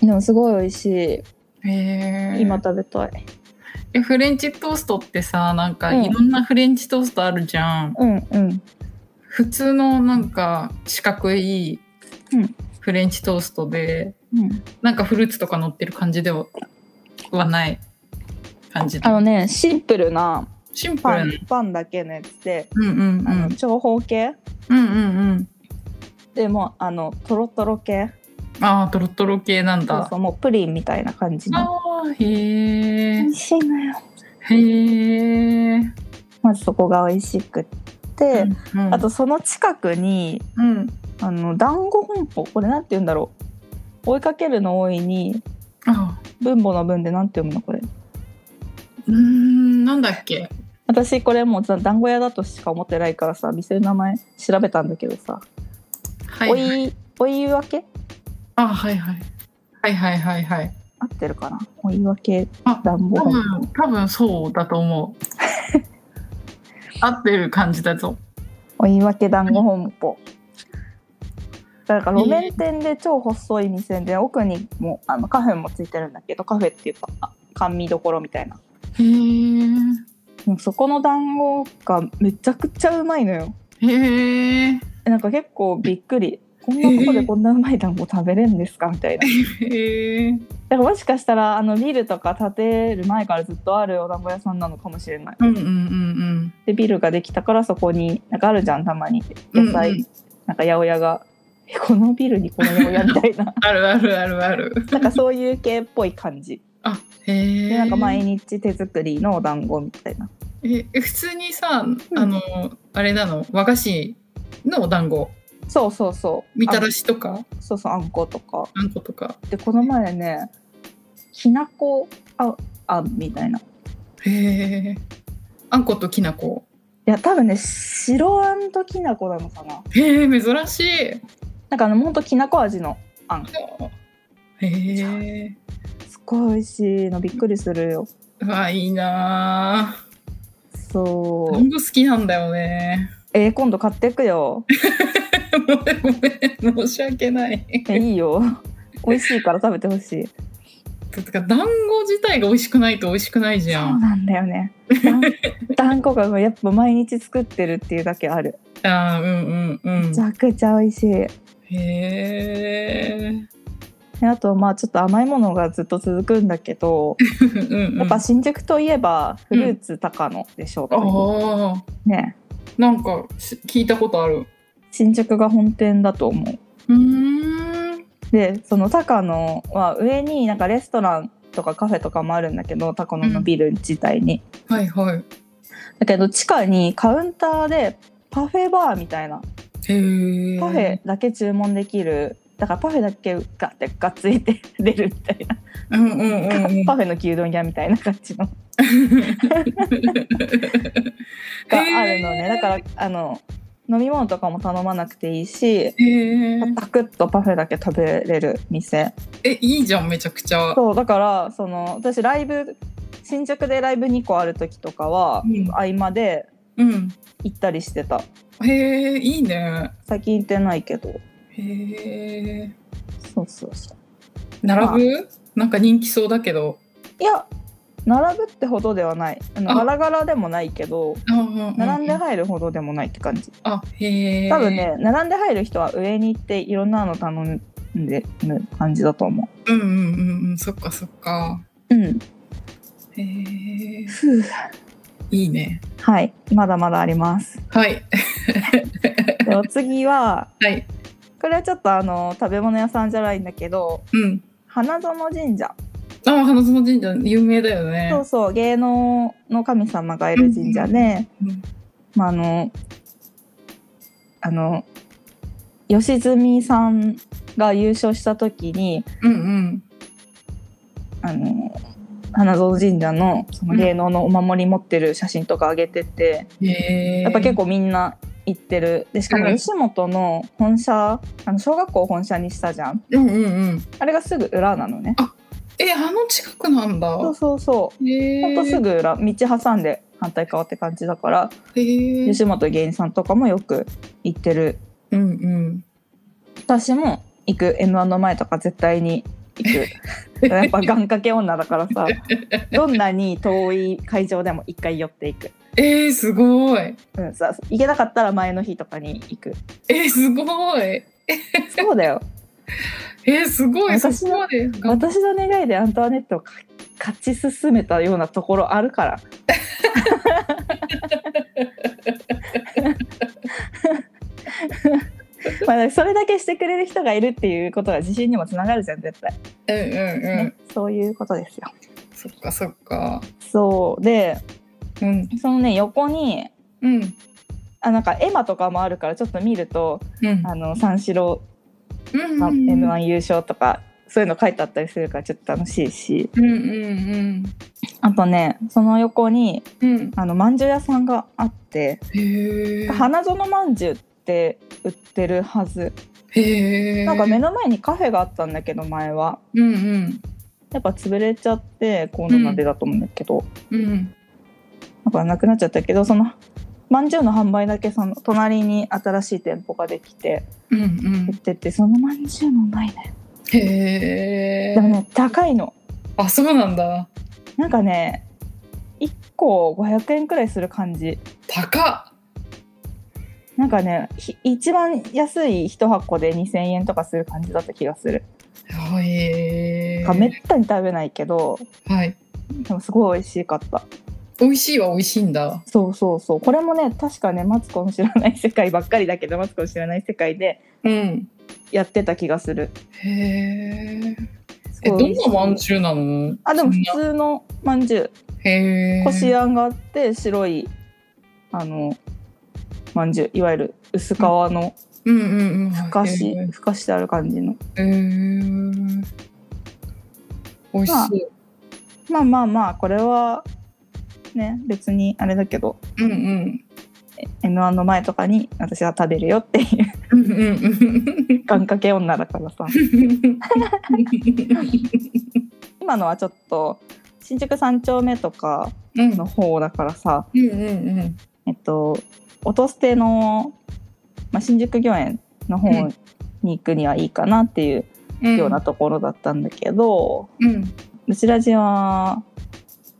[SPEAKER 1] でもすごい美味し
[SPEAKER 2] んへえ
[SPEAKER 1] い今食べたい
[SPEAKER 2] えフレンチトーストってさなんか
[SPEAKER 1] うん
[SPEAKER 2] いろんなフレンチトーストあるじゃん、
[SPEAKER 1] うんうん
[SPEAKER 2] 普通のなんか四角い
[SPEAKER 1] うん
[SPEAKER 2] フレンチトーストで、
[SPEAKER 1] うん
[SPEAKER 2] なんかフルーツとか乗ってる感じでははない感じ
[SPEAKER 1] あ
[SPEAKER 2] だ
[SPEAKER 1] のねシンプルな
[SPEAKER 2] シンプル
[SPEAKER 1] パ
[SPEAKER 2] な
[SPEAKER 1] ンパンだけのやつで
[SPEAKER 2] うんうんう
[SPEAKER 1] あの
[SPEAKER 2] ん
[SPEAKER 1] 長方形
[SPEAKER 2] うんうんうん
[SPEAKER 1] でもうあのトロトロ系
[SPEAKER 2] ああトロトロ系なん
[SPEAKER 1] そう
[SPEAKER 2] だ
[SPEAKER 1] そうもうプリンみたいな感じ
[SPEAKER 2] あ
[SPEAKER 1] の
[SPEAKER 2] あへえ
[SPEAKER 1] 美味しいのよ
[SPEAKER 2] へえ
[SPEAKER 1] まずそこが美味しくって、あとその近くに
[SPEAKER 2] うん
[SPEAKER 1] あの団子本舗これなんて言うんだろう追いかけるの多いに
[SPEAKER 2] あ
[SPEAKER 1] 分母の分でなんて読むのこれ
[SPEAKER 2] うーんなんだっけ
[SPEAKER 1] 私これもうさ団子屋だとしか思ってないからさ店の名前調べたんだけどさ
[SPEAKER 2] は
[SPEAKER 1] お
[SPEAKER 2] いはい
[SPEAKER 1] いおいわけ
[SPEAKER 2] あはいはいはいはいはいはい
[SPEAKER 1] 合ってるかなおいわけ
[SPEAKER 2] あ
[SPEAKER 1] 団子
[SPEAKER 2] 多分多分そうだ
[SPEAKER 1] [LAUGHS]
[SPEAKER 2] と思う合ってる感じだぞ
[SPEAKER 1] おいわけ団子本舗だから路面店で超細い店で奥にもあのカフェもついてるんだけどカフェっていうかあ甘味どころみたいな
[SPEAKER 2] へえ
[SPEAKER 1] もうそこの団子がめちゃくちゃうまいのよ
[SPEAKER 2] へえ。
[SPEAKER 1] なんか結構びっくりこんなとこ
[SPEAKER 2] [LAUGHS]
[SPEAKER 1] でこんなうまい団子食べれるんですかみたいな
[SPEAKER 2] へえ。
[SPEAKER 1] だからもしかしたらあのビルとか建てる前からずっとあるお団子屋さんなのかもしれない。
[SPEAKER 2] うんうんうん
[SPEAKER 1] でビルができたからそこになんかあるじゃんたまに
[SPEAKER 2] うん。
[SPEAKER 1] 野菜、
[SPEAKER 2] うんうん
[SPEAKER 1] なんか八百屋が「えこのビルにこの八百屋」みたいな
[SPEAKER 2] あるあるあるある。 [LAUGHS]
[SPEAKER 1] なんかそういう系っぽい感じ
[SPEAKER 2] あへえ。
[SPEAKER 1] でなんか毎日手作りのお団子みたいな
[SPEAKER 2] ええ普通にさあの、あれなの和菓子のお団子
[SPEAKER 1] そうそうそう
[SPEAKER 2] みたら
[SPEAKER 1] し
[SPEAKER 2] しとか
[SPEAKER 1] そうそうあんことか
[SPEAKER 2] あんことか。
[SPEAKER 1] でこの前ねきなこああみたいない
[SPEAKER 2] へえ。あんこときなこ。
[SPEAKER 1] や多分ね白あんときなこなのかな
[SPEAKER 2] へえ、珍しい。
[SPEAKER 1] なんかあのほんときなこ味のあん
[SPEAKER 2] へえ。
[SPEAKER 1] すごい美味しいのびっくりするよ
[SPEAKER 2] うわ、いいなあ。
[SPEAKER 1] そ
[SPEAKER 2] ほ
[SPEAKER 1] うん
[SPEAKER 2] と好きなんだよね。
[SPEAKER 1] えー、今度買ってくよ
[SPEAKER 2] ごめん、ごめん、申し訳ない。
[SPEAKER 1] えいい
[SPEAKER 2] [LAUGHS]
[SPEAKER 1] よ美味しいから食べてほしい
[SPEAKER 2] てか、団子自体が美味しくないと美味しくないじゃ。
[SPEAKER 1] そうんなんだよね。だん団 [LAUGHS] 子がやっぱ毎日作ってるっていうだけある。
[SPEAKER 2] ああ、うんうんう
[SPEAKER 1] めち
[SPEAKER 2] ん。
[SPEAKER 1] ゃくちゃ美味しい。
[SPEAKER 2] へえ。
[SPEAKER 1] であとまあちょっと甘いものがずっと続くんだけど、
[SPEAKER 2] うんう
[SPEAKER 1] や
[SPEAKER 2] ん
[SPEAKER 1] っ。ぱ新宿といえばフルーツ高野でしょう、
[SPEAKER 2] ああ、
[SPEAKER 1] ね。
[SPEAKER 2] なんかし聞いたことある。
[SPEAKER 1] 新宿が本店だと思う。
[SPEAKER 2] うーん。
[SPEAKER 1] でその高野は上になんかレストランとかカフェとかもあるんだけど高野のビル自体に、
[SPEAKER 2] はいはい。
[SPEAKER 1] だけど地下にカウンターでパフェバーみたいな
[SPEAKER 2] へえ。
[SPEAKER 1] パフェだけ注文できるだからパフェだけガッてがっついて出るみたいな、
[SPEAKER 2] うんうんうんうん。
[SPEAKER 1] パフェの牛丼屋みたいな感
[SPEAKER 2] [LAUGHS]
[SPEAKER 1] じのがあるのね、だからあの飲み物とかも頼まなくていいし
[SPEAKER 2] へえ。
[SPEAKER 1] サクッとパフェだけ食べれる店
[SPEAKER 2] え、いいじゃん、めちゃくちゃ。
[SPEAKER 1] そうだからその私ライブ新宿でライブ2個ある時とかは、
[SPEAKER 2] うん
[SPEAKER 1] 合間で
[SPEAKER 2] うん。
[SPEAKER 1] 行ったりしてた
[SPEAKER 2] へえ、いいね。
[SPEAKER 1] 最近行ってないけど
[SPEAKER 2] へえ。
[SPEAKER 1] そうそうそう
[SPEAKER 2] 並ぶなんか人気そうだけど。
[SPEAKER 1] いや並ぶってほどではないあの
[SPEAKER 2] あ
[SPEAKER 1] ガラガラでもないけど並
[SPEAKER 2] 並
[SPEAKER 1] んで入るほどでもないって感じ
[SPEAKER 2] あ、へえ。
[SPEAKER 1] 多分。ね並んで入る人は上に行っていろんなの頼んでる感じだと思
[SPEAKER 2] うんうんうんうん、そっかそっか。
[SPEAKER 1] ううん
[SPEAKER 2] へえ。
[SPEAKER 1] ふう
[SPEAKER 2] いいね。
[SPEAKER 1] はいまだまだあります
[SPEAKER 2] はい。
[SPEAKER 1] でお次は
[SPEAKER 2] はい。
[SPEAKER 1] これはちょっとあの食べ物屋さんじゃないんだけど
[SPEAKER 2] うん。園
[SPEAKER 1] 花園神社
[SPEAKER 2] あ、花園神社有名だよね。
[SPEAKER 1] そうそう芸能の神様がいる神社で、
[SPEAKER 2] うん
[SPEAKER 1] まあ、あのあの吉住さんが優勝した時に
[SPEAKER 2] うんうん。
[SPEAKER 1] あの花園神社のその芸能のお守り持ってる写真とか上げてて、
[SPEAKER 2] へえ。
[SPEAKER 1] やっぱ結構みんな行ってるでしかも
[SPEAKER 2] うん
[SPEAKER 1] 吉本の本社あの小学校を本社にしたじゃん
[SPEAKER 2] うんうんうん。
[SPEAKER 1] あれがすぐ裏なのね
[SPEAKER 2] え、あの近くなんだ。
[SPEAKER 1] そうそうそ
[SPEAKER 2] へ
[SPEAKER 1] う
[SPEAKER 2] え。
[SPEAKER 1] ほんとす
[SPEAKER 2] ぐ。
[SPEAKER 1] ぐ裏道挟んで反対側って感じだから
[SPEAKER 2] へえ。
[SPEAKER 1] 吉本芸人さんとかもよく行ってる
[SPEAKER 2] うんうん。
[SPEAKER 1] 私も行く m 1の前とか絶対に行く
[SPEAKER 2] [LAUGHS]
[SPEAKER 1] やっぱ願掛け女だからさどんなに遠い会場でも一回寄っていく、
[SPEAKER 2] えー、すごい。
[SPEAKER 1] うん、さ行けなかったら前の日とかに行く
[SPEAKER 2] えー、すごい。え
[SPEAKER 1] そうだ
[SPEAKER 2] [LAUGHS]
[SPEAKER 1] よ
[SPEAKER 2] ー、すごい。そ
[SPEAKER 1] 私の
[SPEAKER 2] こまでが。
[SPEAKER 1] 私の願いでアントワネットをか勝ち進めたようなところあるから [LAUGHS] まあそれだけしてくれる人がいるっていうことが自信にもつながるじゃん絶対、
[SPEAKER 2] うんうんうん
[SPEAKER 1] ね。そういうことですよ
[SPEAKER 2] そっかそっか。
[SPEAKER 1] そうで
[SPEAKER 2] うん
[SPEAKER 1] そのね横に
[SPEAKER 2] うん
[SPEAKER 1] あなんか絵馬とかもあるからちょっと見ると
[SPEAKER 2] うん。
[SPEAKER 1] あの三四郎
[SPEAKER 2] うん
[SPEAKER 1] が
[SPEAKER 2] うん
[SPEAKER 1] m 1優勝とか、そういうの書いてあったりするからちょっと楽しいし
[SPEAKER 2] うんうん
[SPEAKER 1] あとねその横に
[SPEAKER 2] うんうん。
[SPEAKER 1] あのまんじゅう屋さんがあって、
[SPEAKER 2] へえ。
[SPEAKER 1] 花園まんじゅうって売ってるはず、
[SPEAKER 2] へえ。
[SPEAKER 1] なんか目の前にカフェがあったんだけど前は
[SPEAKER 2] うんうん
[SPEAKER 1] やっぱ潰れちゃってコロナでだと思うんだけど、
[SPEAKER 2] うん。
[SPEAKER 1] なんかなくなっちゃったけどそのまんじゅうの販売だけその隣に新しい店舗ができて
[SPEAKER 2] うんう
[SPEAKER 1] 売っ
[SPEAKER 2] ん。
[SPEAKER 1] ててそのまんじゅうもないね
[SPEAKER 2] へえ
[SPEAKER 1] で。もね高いの
[SPEAKER 2] あ、そうなんだ。
[SPEAKER 1] なんかね1個500円くらいする感じ
[SPEAKER 2] 高っ。
[SPEAKER 1] なんかねひ一番安い1箱で2000円とかする感じだった気がする、
[SPEAKER 2] へえ。
[SPEAKER 1] なんかめったに食べないけど
[SPEAKER 2] はい。
[SPEAKER 1] でもすごい美味しかった
[SPEAKER 2] 美味しいは美味しいんだ。
[SPEAKER 1] そうそうそうこれもね確かねマツコの知らない世界ばっかりだけどマツコの知らない世界で
[SPEAKER 2] うん。
[SPEAKER 1] やってた気がする
[SPEAKER 2] へえ。
[SPEAKER 1] す
[SPEAKER 2] え、ど
[SPEAKER 1] ごい
[SPEAKER 2] ん
[SPEAKER 1] 美味し
[SPEAKER 2] ないまんじゅうなの
[SPEAKER 1] あでも
[SPEAKER 2] そ
[SPEAKER 1] 普
[SPEAKER 2] んな
[SPEAKER 1] 通のまんじゅ
[SPEAKER 2] へ
[SPEAKER 1] う
[SPEAKER 2] え。
[SPEAKER 1] こしあんがあって白いあのまんじゅういわゆる薄皮の
[SPEAKER 2] うんうんうん。
[SPEAKER 1] ふかし、
[SPEAKER 2] へ
[SPEAKER 1] ふかしてある感じの
[SPEAKER 2] え。美味しい。
[SPEAKER 1] まあまあまあこれはね別にあれだけど
[SPEAKER 2] うんうん。
[SPEAKER 1] m 1の前とかに私は食べるよっていう
[SPEAKER 2] [LAUGHS] うんうん
[SPEAKER 1] 願掛け女だからさ
[SPEAKER 2] うん。
[SPEAKER 1] 今のはちょっと新宿3丁目とか
[SPEAKER 2] うん
[SPEAKER 1] の方だからさ
[SPEAKER 2] うんうん
[SPEAKER 1] えっと音捨ての、まあ、新宿御苑の方に行くにはいいかなっていう
[SPEAKER 2] うん。
[SPEAKER 1] ようなところだったんだけど、
[SPEAKER 2] うん。
[SPEAKER 1] うちらじは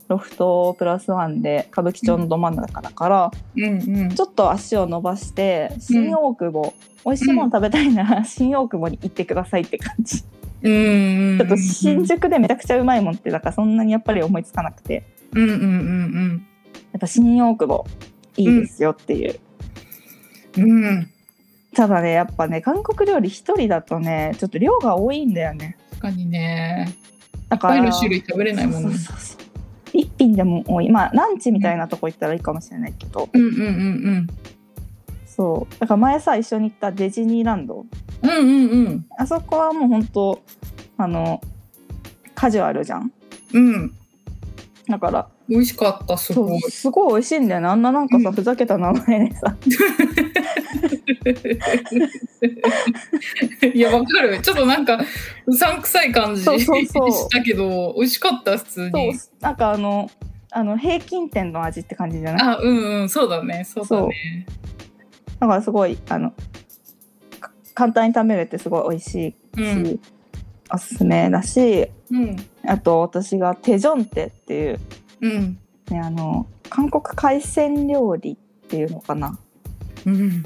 [SPEAKER 1] ロフトプラスワンで歌舞伎町のど真ん中だから、
[SPEAKER 2] うんうん。
[SPEAKER 1] ちょっと足を伸ばして新大久保、美味しいもの食べたいなら新大久保に行ってくださいって感じ、
[SPEAKER 2] うん。
[SPEAKER 1] ちょっと新宿でめちゃくちゃうまいもんってだからそんなにやっぱり思いつかなくて
[SPEAKER 2] うんうんうん
[SPEAKER 1] やっぱ新大久保いいですよっていう、
[SPEAKER 2] うん。うん。
[SPEAKER 1] ただねやっぱね韓国料理一人だとねちょっと量が多いんだよね
[SPEAKER 2] 確かにね。
[SPEAKER 1] だか
[SPEAKER 2] パ
[SPEAKER 1] ら
[SPEAKER 2] イの種類食べれないもん
[SPEAKER 1] そう
[SPEAKER 2] ね。
[SPEAKER 1] そうそう一品でも多いまあランチみたいなとこ行ったらいいかもしれないけど、
[SPEAKER 2] うんうんうん
[SPEAKER 1] そうだから前さ一緒に行ったディズニーランド
[SPEAKER 2] うん。うんうんうん。
[SPEAKER 1] あそこはもう本当あのカジュアルじゃん
[SPEAKER 2] うん。
[SPEAKER 1] だから
[SPEAKER 2] 美味しかった、す
[SPEAKER 1] そ
[SPEAKER 2] ご
[SPEAKER 1] う
[SPEAKER 2] い。
[SPEAKER 1] すごい美味しいんだよねあんななんかさ、
[SPEAKER 2] うん
[SPEAKER 1] ふざけた名前でさ
[SPEAKER 2] いや、わかる。ちょっとなんか、うさんくさい感じ
[SPEAKER 1] そうそうそう
[SPEAKER 2] したけど、美味しかった、普通
[SPEAKER 1] そう
[SPEAKER 2] に。
[SPEAKER 1] なんかあのあの平均点の味って感じじゃない
[SPEAKER 2] あ、うんうん、そうだね、そうだね。
[SPEAKER 1] だからすごいあのか簡単に食べれてすごい美味しいし、
[SPEAKER 2] うん。
[SPEAKER 1] おすすめだし
[SPEAKER 2] うん。
[SPEAKER 1] あと私がテジョンテっていう
[SPEAKER 2] うん。
[SPEAKER 1] ね、あの韓国海鮮料理っていうのかな
[SPEAKER 2] うん。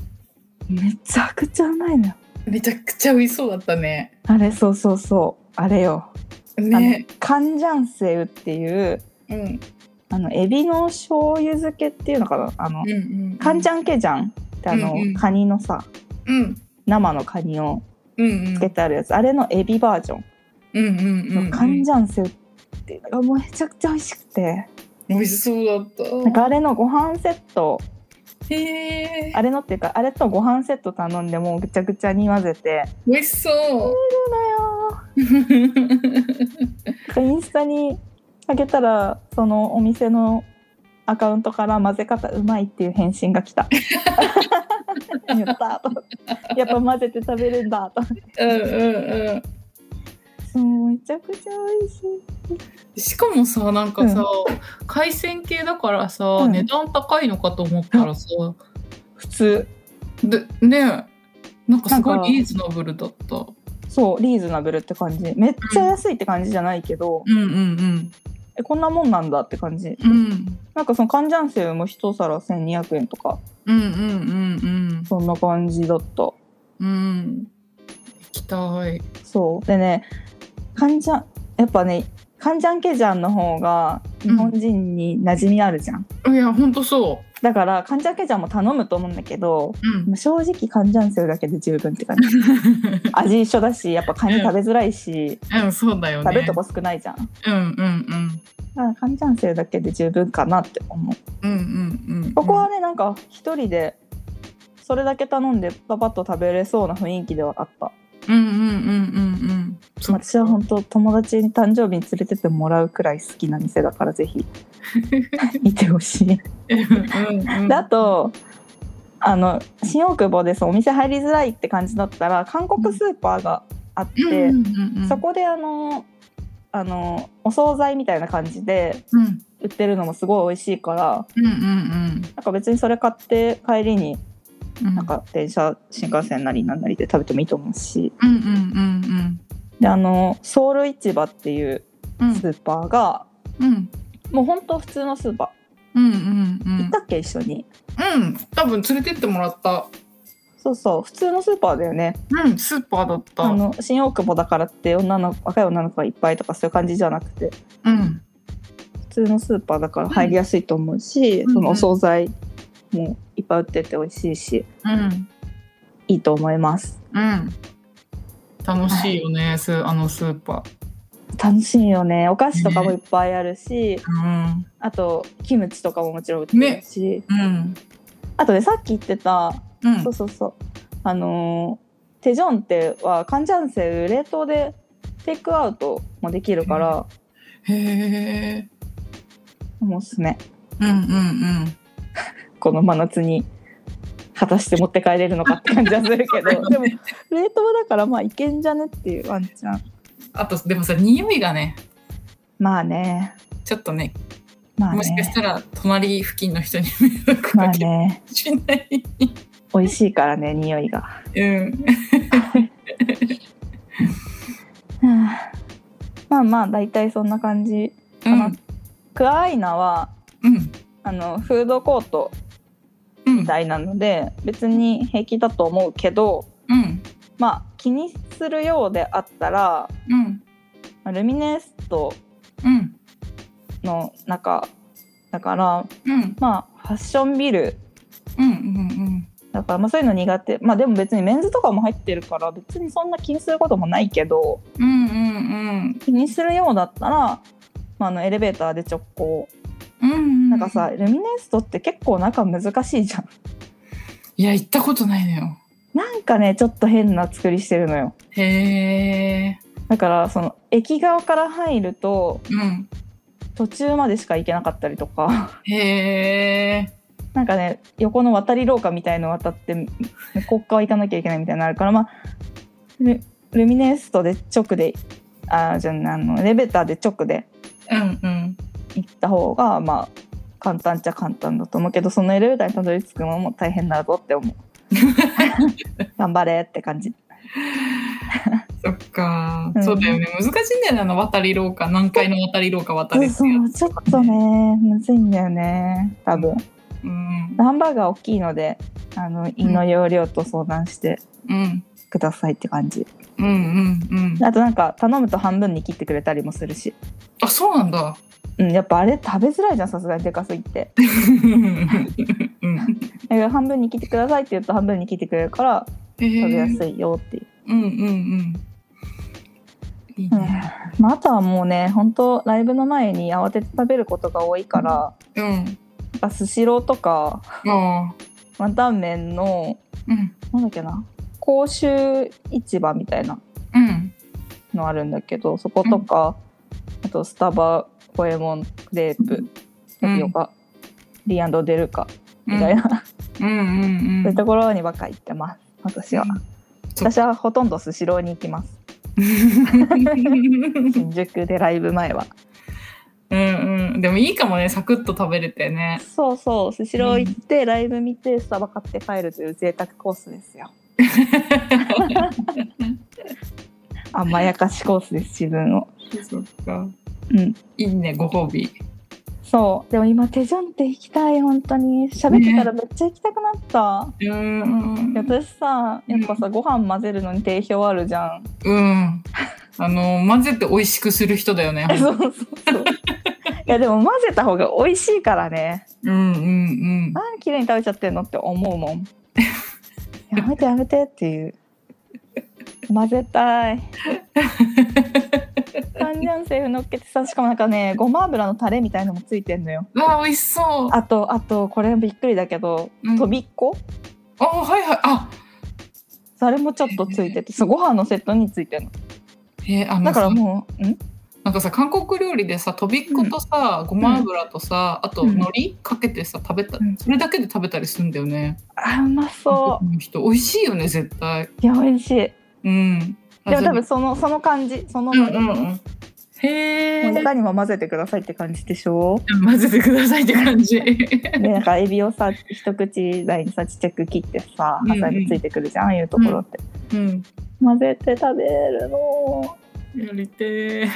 [SPEAKER 1] めちゃくちゃうまいのよ
[SPEAKER 2] めちゃくちゃ美味しそうだったね。
[SPEAKER 1] あれそうそうそうあれよ、
[SPEAKER 2] ね。
[SPEAKER 1] あのカンジャンセウっていう
[SPEAKER 2] うん。うん
[SPEAKER 1] あのエビの醤油漬けっていうのかなあの、
[SPEAKER 2] うん。
[SPEAKER 1] カンジャンケジャンってあの、
[SPEAKER 2] うんうん
[SPEAKER 1] カニのさ
[SPEAKER 2] うん。
[SPEAKER 1] 生のカニを
[SPEAKER 2] うんうん
[SPEAKER 1] つけてあるやつ、あれのエビバージョン
[SPEAKER 2] うんうんう
[SPEAKER 1] の
[SPEAKER 2] ん
[SPEAKER 1] カンジャンセウっていうのがもうめちゃくちゃ美味しくて、
[SPEAKER 2] 美味しそうだった
[SPEAKER 1] なんかあれのご飯セット
[SPEAKER 2] へえ
[SPEAKER 1] あれのっていうかあれとご飯セット頼んでもうぐちゃぐちゃに混ぜて
[SPEAKER 2] 美味し
[SPEAKER 1] 「
[SPEAKER 2] そ
[SPEAKER 1] だよー
[SPEAKER 2] う
[SPEAKER 1] インスタにあげたらそのお店のアカウントから混ぜ方うまいっていう返信が来
[SPEAKER 2] [LAUGHS]
[SPEAKER 1] た。やったと思ってやっぱ混ぜて食べるんだと思って
[SPEAKER 2] うんうんうん
[SPEAKER 1] そうめちゃくちゃ美味しい
[SPEAKER 2] しかもさなんかさ、海鮮系だからさ、
[SPEAKER 1] うん
[SPEAKER 2] 値段高いのかと思ったらさ
[SPEAKER 1] 普通
[SPEAKER 2] でねなんかすご
[SPEAKER 1] なんか
[SPEAKER 2] いリーズナブルだったうん
[SPEAKER 1] そうリーズナブルって感じめっちゃ安いって感じじゃないけど、
[SPEAKER 2] うん
[SPEAKER 1] えこんなもんなんだって感じ
[SPEAKER 2] うんうん
[SPEAKER 1] なんかそのカンジャンセウも一皿1200円とか
[SPEAKER 2] うんうんうん
[SPEAKER 1] そんな感じだった
[SPEAKER 2] うんうん行きたい
[SPEAKER 1] そうでねカンジャンやっぱねカンジャンケジャンの方が日本人に馴染みあるじゃん、
[SPEAKER 2] いやほんとそ
[SPEAKER 1] だからカンジャンケジャンも頼むと思うんだけど
[SPEAKER 2] ううん
[SPEAKER 1] もう正直カンジャンセウだけで十分って
[SPEAKER 2] [LAUGHS]
[SPEAKER 1] 感じ味一緒だしやっぱカニ食べづらいし、
[SPEAKER 2] うんそうだよね
[SPEAKER 1] 食べるとこ少ないじゃんだ
[SPEAKER 2] うんうんうん
[SPEAKER 1] からカンジャンセウだけで十分かなって思う
[SPEAKER 2] うんうんうん
[SPEAKER 1] ここはねなんか一人でそれだけ頼んでパパッと食べれそうな雰囲気ではあった
[SPEAKER 2] うんうんうんうんうんそっか
[SPEAKER 1] 私は本当友達に誕生日に連れてってもらうくらい好きな店だからぜひ [LAUGHS] 見てほしい
[SPEAKER 2] うん
[SPEAKER 1] [LAUGHS]
[SPEAKER 2] うん
[SPEAKER 1] であとあの新大久保でそうお店入りづらいって感じだったら韓国スーパーがあって、
[SPEAKER 2] うんうんうん、
[SPEAKER 1] そこであのあのお惣菜みたいな感じで
[SPEAKER 2] うんうん
[SPEAKER 1] 売ってるのもすごい美味しいから
[SPEAKER 2] うんうん
[SPEAKER 1] なんか別にそれ買って帰りに
[SPEAKER 2] うん
[SPEAKER 1] なんか電車新幹線なりなんなりで食べてもいいと思うし
[SPEAKER 2] うんうんうん
[SPEAKER 1] であのソウル市場っていう
[SPEAKER 2] うんうん
[SPEAKER 1] スーパーが、
[SPEAKER 2] うん
[SPEAKER 1] もうほんと普通のスーパ
[SPEAKER 2] うん
[SPEAKER 1] ー行ったっけ一緒に
[SPEAKER 2] うんうん多分連れてってもらった
[SPEAKER 1] そうそう普通のスーパーだよね
[SPEAKER 2] うんスーパーだった
[SPEAKER 1] あの新大久保だからって女の若い女の子がいっぱいとかそういう感じじゃなくて
[SPEAKER 2] うん
[SPEAKER 1] 普通のスーパーだから入りやすいと思うし、
[SPEAKER 2] ん
[SPEAKER 1] そのお惣菜もいっぱい売ってて美味しいし
[SPEAKER 2] うん
[SPEAKER 1] いいと思います
[SPEAKER 2] うん楽しいよね、すあのスーパ
[SPEAKER 1] 楽しいよねお菓子とかもいっぱいあるし、
[SPEAKER 2] ー
[SPEAKER 1] あとキムチとかももちろん売ってるし、
[SPEAKER 2] うんうん
[SPEAKER 1] あとねさっき言ってた、
[SPEAKER 2] うん
[SPEAKER 1] そうそうそうあのーテジョンテはカンジャンセウ冷凍でテイクアウトもできるから、
[SPEAKER 2] へえ。
[SPEAKER 1] もうおすすめ。
[SPEAKER 2] うんうんうん。
[SPEAKER 1] この真夏に果たして持って帰れるのかって感じはするけど
[SPEAKER 2] そうだよ
[SPEAKER 1] でも冷凍だからまあいけんじゃねっていうワンちゃん
[SPEAKER 2] あと、でもさ、匂いがね、
[SPEAKER 1] まあね
[SPEAKER 2] ちょっとね、
[SPEAKER 1] まあ
[SPEAKER 2] もしかし
[SPEAKER 1] ね
[SPEAKER 2] たら隣付近の人に迷惑
[SPEAKER 1] まあ
[SPEAKER 2] かけるか
[SPEAKER 1] ね
[SPEAKER 2] もしれない。
[SPEAKER 1] 美味しいからね匂いが [SIGHS] は
[SPEAKER 2] うん。
[SPEAKER 1] あまあまあ大体そんな感じ
[SPEAKER 2] う
[SPEAKER 1] かな、
[SPEAKER 2] ん。
[SPEAKER 1] クアアイナは
[SPEAKER 2] うん。
[SPEAKER 1] あのフードコート
[SPEAKER 2] うん
[SPEAKER 1] み。たいなので別に平気だと思うけど
[SPEAKER 2] うん。
[SPEAKER 1] まあ気にするようであったら
[SPEAKER 2] うん。
[SPEAKER 1] ルミネスト
[SPEAKER 2] うん。
[SPEAKER 1] の中だから
[SPEAKER 2] うん。
[SPEAKER 1] まあファッションビル
[SPEAKER 2] うん。うん。
[SPEAKER 1] だからまあそういうの苦手まあでも別にメンズとかも入ってるから別にそんな気にすることもないけど
[SPEAKER 2] うん。うん。うん。
[SPEAKER 1] 気にするようだったら、まあ、あのエレベーターで直行
[SPEAKER 2] うん。
[SPEAKER 1] なんかさ、ルミネストって結構中難しいじゃん
[SPEAKER 2] いや、行ったことないのよ。
[SPEAKER 1] なんかねちょっと変な作りしてるのよ
[SPEAKER 2] へえ。
[SPEAKER 1] だからその駅側から入ると
[SPEAKER 2] うん。
[SPEAKER 1] 途中までしか行けなかったりとか
[SPEAKER 2] へえ。
[SPEAKER 1] なんかね横の渡り廊下みたいの渡って向こっ側行かなきゃいけないみたいなのあるからまあルルミネストで直であじゃああのエレベーターで直で
[SPEAKER 2] うん。うん。
[SPEAKER 1] 行った方がまあ簡単っちゃ簡単だと思うけどそのエレベーターにたどり着くのも大変だぞって [LAUGHS] 思う頑張れって感じ
[SPEAKER 2] そっか、
[SPEAKER 1] うん
[SPEAKER 2] そうだよね難しいんだよねあの渡り廊下何階の渡り廊下渡
[SPEAKER 1] そ
[SPEAKER 2] れ
[SPEAKER 1] う
[SPEAKER 2] ってや
[SPEAKER 1] そう
[SPEAKER 2] つ
[SPEAKER 1] ちょっとねむずいんだよね多分
[SPEAKER 2] うん
[SPEAKER 1] ハンバーガー大きいのであの胃の容量と相談して
[SPEAKER 2] うん
[SPEAKER 1] くださいって感じ、
[SPEAKER 2] うんうんうん
[SPEAKER 1] あとなんか頼むと半分に切ってくれたりもするし、
[SPEAKER 2] あそうな
[SPEAKER 1] [LAUGHS]
[SPEAKER 2] んだ
[SPEAKER 1] うん、やっぱあれ食べづらいじゃんさすがにでかすぎて
[SPEAKER 2] うん
[SPEAKER 1] だから半分に切ってくださいって言うと半分に切ってくれるから
[SPEAKER 2] へえ
[SPEAKER 1] 食べやすいよっていう
[SPEAKER 2] うんうんうんいいね
[SPEAKER 1] まあ、あとはもうね本当ライブの前に慌てて食べることが多いから、
[SPEAKER 2] うん
[SPEAKER 1] やっぱスシローとか
[SPEAKER 2] ああ
[SPEAKER 1] ワンタン麺の
[SPEAKER 2] うん
[SPEAKER 1] なんだっけな公衆市場みたいな
[SPEAKER 2] うん
[SPEAKER 1] のあるんだけどそことか、あとスタバ五右衛門クレープ
[SPEAKER 2] う
[SPEAKER 1] タ
[SPEAKER 2] ん
[SPEAKER 1] ピオカ、リアンドデルカみたいな、
[SPEAKER 2] うんうんうん
[SPEAKER 1] そういうところにばっか行ってます私
[SPEAKER 2] [LAUGHS]
[SPEAKER 1] は、
[SPEAKER 2] そう
[SPEAKER 1] 私はほとんどスシローに行きます新宿でライブ前は
[SPEAKER 2] うんうんでもいいかもねサクッと食べれ
[SPEAKER 1] [LAUGHS]
[SPEAKER 2] てね
[SPEAKER 1] そうそうスシロー行ってライブ見てスタバ買って帰るという贅沢コースですよ甘やかしコースです自分を
[SPEAKER 2] そっか
[SPEAKER 1] うん
[SPEAKER 2] いいねご褒美
[SPEAKER 1] そうでも今手順って行きたい本当に喋ってたらめっちゃ行きたくなった、
[SPEAKER 2] うん
[SPEAKER 1] 私さやっぱさ、ご飯混ぜるのに定評あるじゃん
[SPEAKER 2] うん。あの、混ぜて美味しくする人だよ
[SPEAKER 1] [LAUGHS]
[SPEAKER 2] ね。
[SPEAKER 1] そうそうそういやでも混ぜた方が美味しいからね
[SPEAKER 2] うんうん
[SPEAKER 1] あー綺麗に食べちゃってんのって思う
[SPEAKER 2] [LAUGHS]
[SPEAKER 1] もんやめてやめてっていう混ぜた
[SPEAKER 2] [LAUGHS]
[SPEAKER 1] いカンジャンセーフ乗っけてさしかもなんかねごま油のタレみたいのもついてんのよ
[SPEAKER 2] うん。わあ、美味しそう。あ、
[SPEAKER 1] あとあとこれびっくりだけど、
[SPEAKER 2] うん
[SPEAKER 1] とびっこ
[SPEAKER 2] はいはい。あ、
[SPEAKER 1] それもちょっとついててそうご飯のセットについてるの
[SPEAKER 2] えーあの
[SPEAKER 1] だから
[SPEAKER 2] さ
[SPEAKER 1] もう、ん
[SPEAKER 2] なんかさ、韓国料理でさ、とびっことさ、ごま油とさ、あと
[SPEAKER 1] うん
[SPEAKER 2] 海苔かけてさ、食べた、
[SPEAKER 1] うん
[SPEAKER 2] それだけで食べたりするんだよね。
[SPEAKER 1] あうまそ
[SPEAKER 2] 韓国の人、美味しいよね、絶対。 [LAUGHS]
[SPEAKER 1] ういや美味しい
[SPEAKER 2] うん。あ
[SPEAKER 1] でも多分、そのその感じその、
[SPEAKER 2] じゃあうんうんうん。へ
[SPEAKER 1] もう
[SPEAKER 2] え
[SPEAKER 1] い。かにも混ぜてくださいって感じでしょ
[SPEAKER 2] 混ぜてくださいって感じ。
[SPEAKER 1] でなんかエビをさ一口大にさちっちゃく切ってさ
[SPEAKER 2] うんうん
[SPEAKER 1] 挟みついてくるじゃん、ああいうところって、
[SPEAKER 2] うん。
[SPEAKER 1] 混ぜて食べるの
[SPEAKER 2] やり
[SPEAKER 1] え
[SPEAKER 2] てー。
[SPEAKER 1] ー、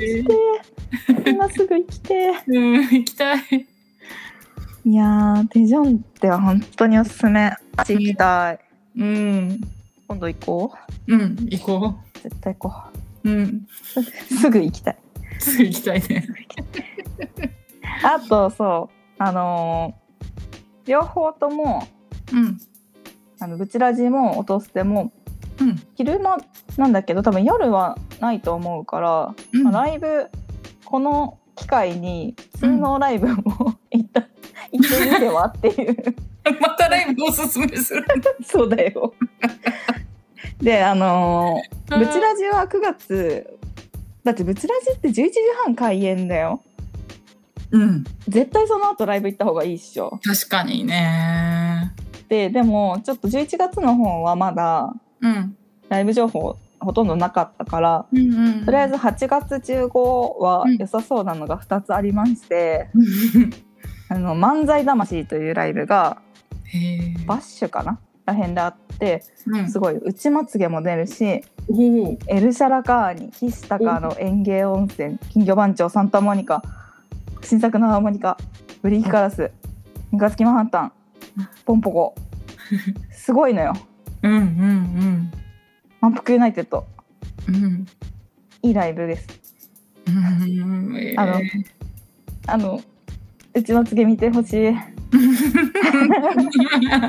[SPEAKER 1] 生きてー今すぐ生きてー
[SPEAKER 2] うん、行きたい。
[SPEAKER 1] いやーデジョンって本当におすすめ私行きたい
[SPEAKER 2] うん。
[SPEAKER 1] 今度行こ
[SPEAKER 2] うん、行こ
[SPEAKER 1] う絶対行こ
[SPEAKER 2] う。うん。
[SPEAKER 1] うすぐ行きたい
[SPEAKER 2] すぐ行きたいね。
[SPEAKER 1] あとそうあのー両方とも
[SPEAKER 2] うん。
[SPEAKER 1] あのブチラジも音捨ても
[SPEAKER 2] うん。
[SPEAKER 1] 昼間なんだけど多分夜はないと思うから、
[SPEAKER 2] うん
[SPEAKER 1] まあライブこの機会に普通のライブも [LAUGHS] 行った、行ってみてはっていう
[SPEAKER 2] [LAUGHS] ま
[SPEAKER 1] [LAUGHS]
[SPEAKER 2] たライブおすすめする。
[SPEAKER 1] そうだよ。であのーブチラジは9月だってブチラジって11時半開演だよ
[SPEAKER 2] うん
[SPEAKER 1] 絶対その後ライブ行った方がいいっしょ
[SPEAKER 2] 確かにね
[SPEAKER 1] ででもちょっと11月の方はまだ
[SPEAKER 2] うん
[SPEAKER 1] ライブ情報ほとんどなかったから
[SPEAKER 2] うんうん
[SPEAKER 1] とりあえず8月中5は良さそうなのが2つありまして、あの漫才魂というライブが
[SPEAKER 2] へえ
[SPEAKER 1] バッシュかならへんであって
[SPEAKER 2] うん
[SPEAKER 1] すごい内まつげも出るし
[SPEAKER 2] おお
[SPEAKER 1] エルシャラカーニヒシタカーの園芸温泉金魚番長サンタモニカ新作のハーモニカブリーキカラス三日月マンハッタンポンポコすごいのよ
[SPEAKER 2] うんうん
[SPEAKER 1] 満腹ユナイテッド
[SPEAKER 2] うんうん
[SPEAKER 1] いいライブです
[SPEAKER 2] うんえー
[SPEAKER 1] あのあの内まつげ見てほしい内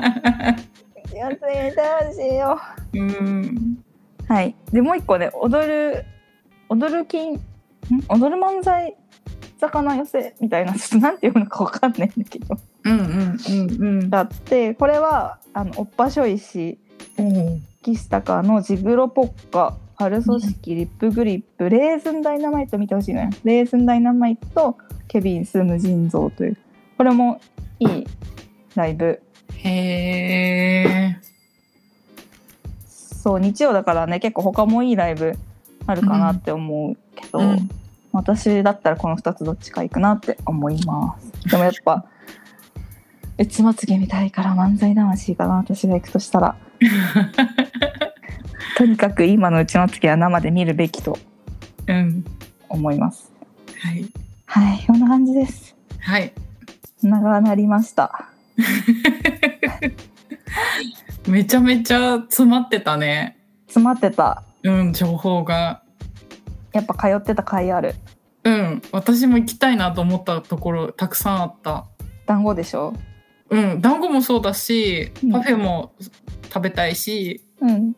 [SPEAKER 1] まつげ見てほしいよ
[SPEAKER 2] [LAUGHS] うん
[SPEAKER 1] はい。でもう一個ね踊る踊る金ん踊る漫才魚寄せみたいな [LAUGHS] ちょっとなんて読むのかわかんないんだけど
[SPEAKER 2] うんうんうんうん
[SPEAKER 1] があってこれはあのおっぱしょいし
[SPEAKER 2] おお
[SPEAKER 1] キスタカのジグロポッカパル組織リップグリップレーズンダイナマイト見てほしいのよレーズンダイナマイトケビンス無尽蔵というこれもいいライブ
[SPEAKER 2] へえ
[SPEAKER 1] そう日曜だからね結構他もいいライブあるかなって思うけど、
[SPEAKER 2] うん
[SPEAKER 1] 私だったらこの2つどっちか行くなって思いますでもやっぱ内まつげ見たいから漫才魂かな私が行くとしたらとにかく今の内まつげは生で見るべきと
[SPEAKER 2] うん
[SPEAKER 1] 思います
[SPEAKER 2] はい
[SPEAKER 1] はいこんな感じです
[SPEAKER 2] はい
[SPEAKER 1] 長なりました
[SPEAKER 2] めちゃめちゃ詰まってたね
[SPEAKER 1] 詰まってた
[SPEAKER 2] うん情報が
[SPEAKER 1] やっぱ通ってた甲斐ある
[SPEAKER 2] うん私も行きたいなと思ったところたくさんあった
[SPEAKER 1] 団子でしょ
[SPEAKER 2] うん団子もそうだし
[SPEAKER 1] うん
[SPEAKER 2] パフェも食べたいし、
[SPEAKER 1] うん、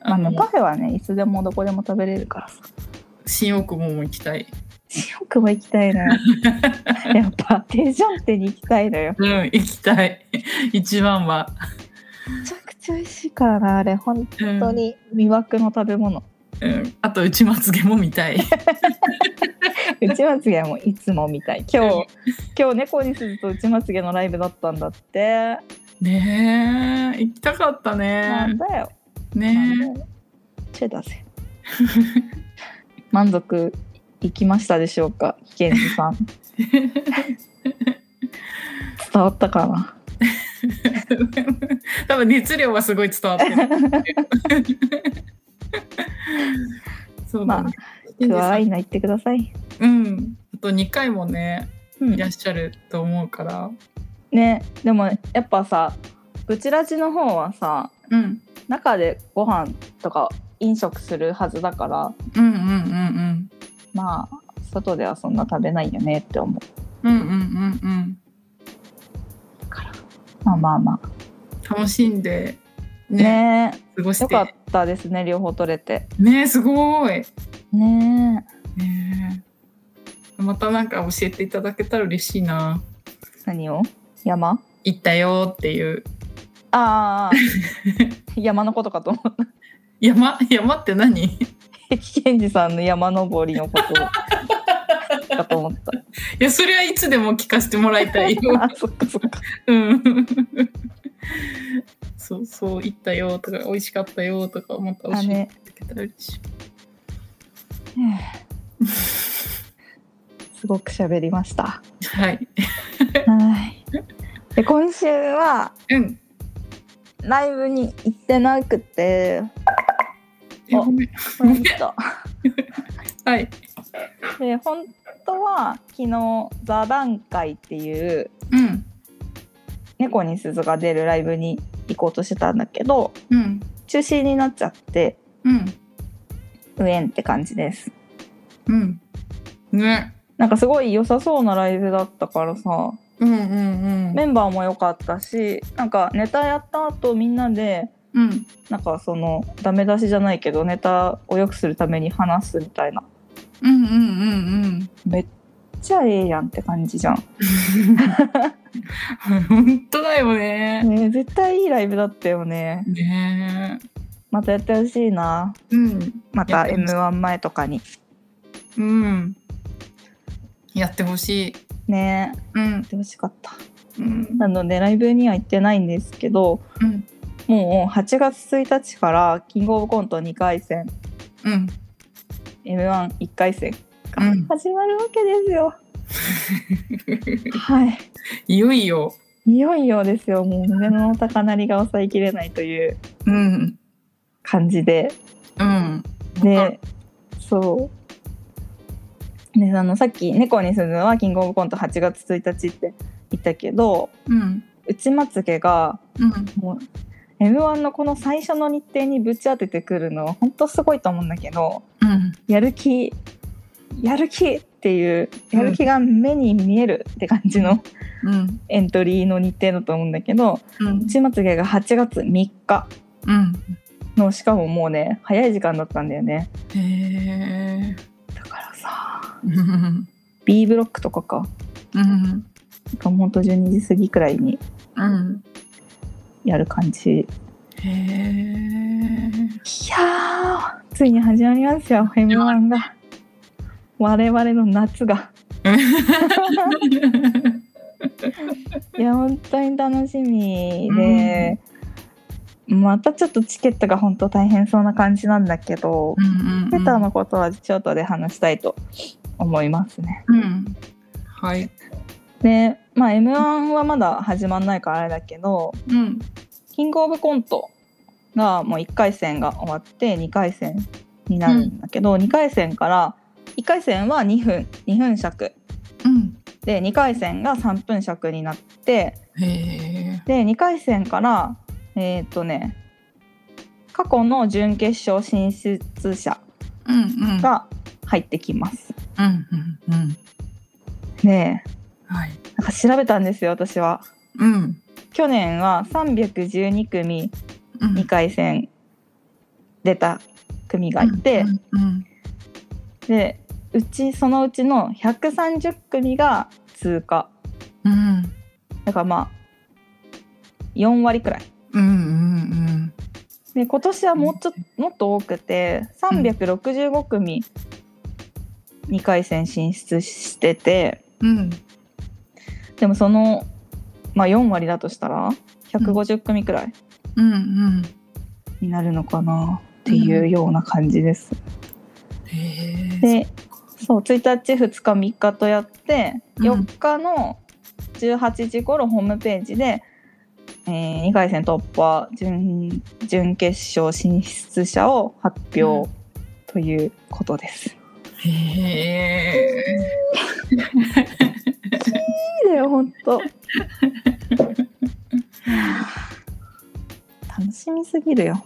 [SPEAKER 2] あ
[SPEAKER 1] あ
[SPEAKER 2] の
[SPEAKER 1] のカフェはねいつでもどこでも食べれるからさ
[SPEAKER 2] 新大久保も行きたい
[SPEAKER 1] 新大久保行きたいのよやっぱ定ン店に行きたいのよ
[SPEAKER 2] うん行きたい [LAUGHS] 一番は
[SPEAKER 1] めちゃくちゃ美味しいからなあれ本
[SPEAKER 2] 本
[SPEAKER 1] 当、に魅惑の食べ [LAUGHS] 物
[SPEAKER 2] うんうん、あと内まつげも見た
[SPEAKER 1] [LAUGHS]
[SPEAKER 2] い
[SPEAKER 1] 内まつげもいつもみたい今 [LAUGHS] 日今日猫にすると内まつげのライブだったんだって
[SPEAKER 2] ねえ行きたかった
[SPEAKER 1] なん
[SPEAKER 2] ね
[SPEAKER 1] だよなんだ
[SPEAKER 2] ね
[SPEAKER 1] よチェだ [LAUGHS] ぜ満足いきましたでしょうか危険児さん伝わったかな
[SPEAKER 2] [LAUGHS] 多分熱量はすごい伝わ [LAUGHS] ってるそうだね、
[SPEAKER 1] クワアイナ言ってください、
[SPEAKER 2] うんあと2回もね
[SPEAKER 1] うん
[SPEAKER 2] いらっしゃると思うから
[SPEAKER 1] ねでもやっぱさブチラジの方はさ
[SPEAKER 2] うん
[SPEAKER 1] 中でご飯とか飲食するはずだから
[SPEAKER 2] うんうんうん
[SPEAKER 1] まあ外ではそんな食べないよねって思
[SPEAKER 2] うんうんうんうんうん
[SPEAKER 1] うからまあまあまあ
[SPEAKER 2] 楽しんでね
[SPEAKER 1] ねえ
[SPEAKER 2] 過ごし
[SPEAKER 1] よかってたですね両方取れて
[SPEAKER 2] ねすごい
[SPEAKER 1] ねえ
[SPEAKER 2] ねえまたなんか教えていただけたら嬉しいな
[SPEAKER 1] 何を山
[SPEAKER 2] 行ったよっていう
[SPEAKER 1] ああ [LAUGHS] 山のことかと思った
[SPEAKER 2] 山山って何 [LAUGHS]
[SPEAKER 1] 関健二さんの山登りのこと [LAUGHS] かと思った
[SPEAKER 2] いやそれはいつでも聞かせてもらいたいよ
[SPEAKER 1] あそっかそっか
[SPEAKER 2] うん [LAUGHS] そうそう行ったよとか美味しかったよとかまた教
[SPEAKER 1] あ
[SPEAKER 2] えてい
[SPEAKER 1] [LAUGHS] ね
[SPEAKER 2] ただけたら嬉しい
[SPEAKER 1] すごく喋りま [LAUGHS] した
[SPEAKER 2] はい
[SPEAKER 1] はいで今週は
[SPEAKER 2] うん
[SPEAKER 1] ライブに行ってなくて
[SPEAKER 2] えごめん
[SPEAKER 1] ほんと
[SPEAKER 2] はい
[SPEAKER 1] で本当は昨日「座談会」っていう
[SPEAKER 2] うん
[SPEAKER 1] 猫に鈴が出るライブに行こうとしてたんだけど
[SPEAKER 2] うん
[SPEAKER 1] 中止になっちゃって
[SPEAKER 2] うん
[SPEAKER 1] 無縁って感じです
[SPEAKER 2] うんね
[SPEAKER 1] なんかすごい良さそうなライブだったからさ
[SPEAKER 2] うんうんう
[SPEAKER 1] メ
[SPEAKER 2] ん
[SPEAKER 1] ンバーも良かったしなんかネタやった後みんなで
[SPEAKER 2] うん
[SPEAKER 1] なんかそのダメ出しじゃないけどネタを良くするために話すみたいな
[SPEAKER 2] うんうんうんうん [LAUGHS]
[SPEAKER 1] めっちゃええやんって感じじゃん、
[SPEAKER 2] 本当だよね。
[SPEAKER 1] ねえ絶対いいライブだったよね
[SPEAKER 2] ねえ
[SPEAKER 1] またやってほしいな
[SPEAKER 2] うん。
[SPEAKER 1] また
[SPEAKER 2] やってほしい
[SPEAKER 1] M1 前とかに
[SPEAKER 2] うん。やってほしい。
[SPEAKER 1] ねえ
[SPEAKER 2] うん
[SPEAKER 1] やっ。てほしかった
[SPEAKER 2] うん。
[SPEAKER 1] なのでライブには行ってないんですけど
[SPEAKER 2] うん。
[SPEAKER 1] もう8月1日からキングオブコント2回戦
[SPEAKER 2] うん。 [LAUGHS]
[SPEAKER 1] m 1 1回戦が
[SPEAKER 2] うん
[SPEAKER 1] 始まるわけですよ、はい
[SPEAKER 2] いよいよ。
[SPEAKER 1] いよいよですよもう胸の高鳴りが抑えきれないという
[SPEAKER 2] うん。
[SPEAKER 1] 感じで
[SPEAKER 2] うん。
[SPEAKER 1] で、そう。で、あの、さっき、猫にするのはキングオブコント8月1日って言ったけど、
[SPEAKER 2] うん。
[SPEAKER 1] 内まつげが、
[SPEAKER 2] うん。
[SPEAKER 1] もう、M1 のこの最初の日程にぶち当ててくるのは本当すごいと思うんだけど、
[SPEAKER 2] うん。
[SPEAKER 1] やる気、やる気っていう、やる気が目に見えるって感じの
[SPEAKER 2] うん。
[SPEAKER 1] エントリーの日程だと思うんだけど、
[SPEAKER 2] うん。
[SPEAKER 1] 内まつげが8月3日
[SPEAKER 2] うん。
[SPEAKER 1] の、しかももうね、早い時間だったんだよね。
[SPEAKER 2] へえ。
[SPEAKER 1] だからさ、
[SPEAKER 2] うん。
[SPEAKER 1] B ブロックとかか。
[SPEAKER 2] うん。
[SPEAKER 1] なんかほんと12時過ぎくらいに
[SPEAKER 2] うん。
[SPEAKER 1] やる感じ。い
[SPEAKER 2] へえ。
[SPEAKER 1] やー、ついに始まりますよ、M1 が。我々の夏
[SPEAKER 2] [LAUGHS]
[SPEAKER 1] が。いや、本当に楽しみで、またちょっとチケットが本当大変そうな感じなんだけど、
[SPEAKER 2] うん。
[SPEAKER 1] チケットのことはショートで話したいと思いますね。
[SPEAKER 2] うん。はい。
[SPEAKER 1] で、まあ M1 はまだ始まんないからあれだけど、
[SPEAKER 2] うん。
[SPEAKER 1] キングオブコントがもう1回戦が終わって2回戦になるんだけど、2回戦から1回戦は2分2分尺
[SPEAKER 2] うん。
[SPEAKER 1] で2回戦が3分尺になって
[SPEAKER 2] へえ。
[SPEAKER 1] で2回戦からえーっとね過去の準決勝進出者
[SPEAKER 2] うん。うん。
[SPEAKER 1] が入ってきます。
[SPEAKER 2] うん。うん。うん。
[SPEAKER 1] で
[SPEAKER 2] はい。
[SPEAKER 1] なんか調べたんですよ私は。
[SPEAKER 2] うん。
[SPEAKER 1] 去年は312組
[SPEAKER 2] うん。
[SPEAKER 1] 2回戦出た組がいて、
[SPEAKER 2] うん。うん。
[SPEAKER 1] でうちそのうちの130組が通過
[SPEAKER 2] うん。
[SPEAKER 1] だからまあ4割くらい
[SPEAKER 2] うん。うん。
[SPEAKER 1] で今年はもうちょっともっと多くて365組2回戦進出してて
[SPEAKER 2] うん。
[SPEAKER 1] でもその、まあ、4割だとしたら150組くらい
[SPEAKER 2] うん。うん。
[SPEAKER 1] になるのかなっていうような感じです。
[SPEAKER 2] へえ。
[SPEAKER 1] でそう1日2日3日とやって
[SPEAKER 2] うん
[SPEAKER 1] 4日の18時頃ホームページで、え2回戦突破準準決勝進出者を発表ということです。
[SPEAKER 2] へえ。
[SPEAKER 1] いいだよ本当 [LAUGHS] 楽しみすぎるよ。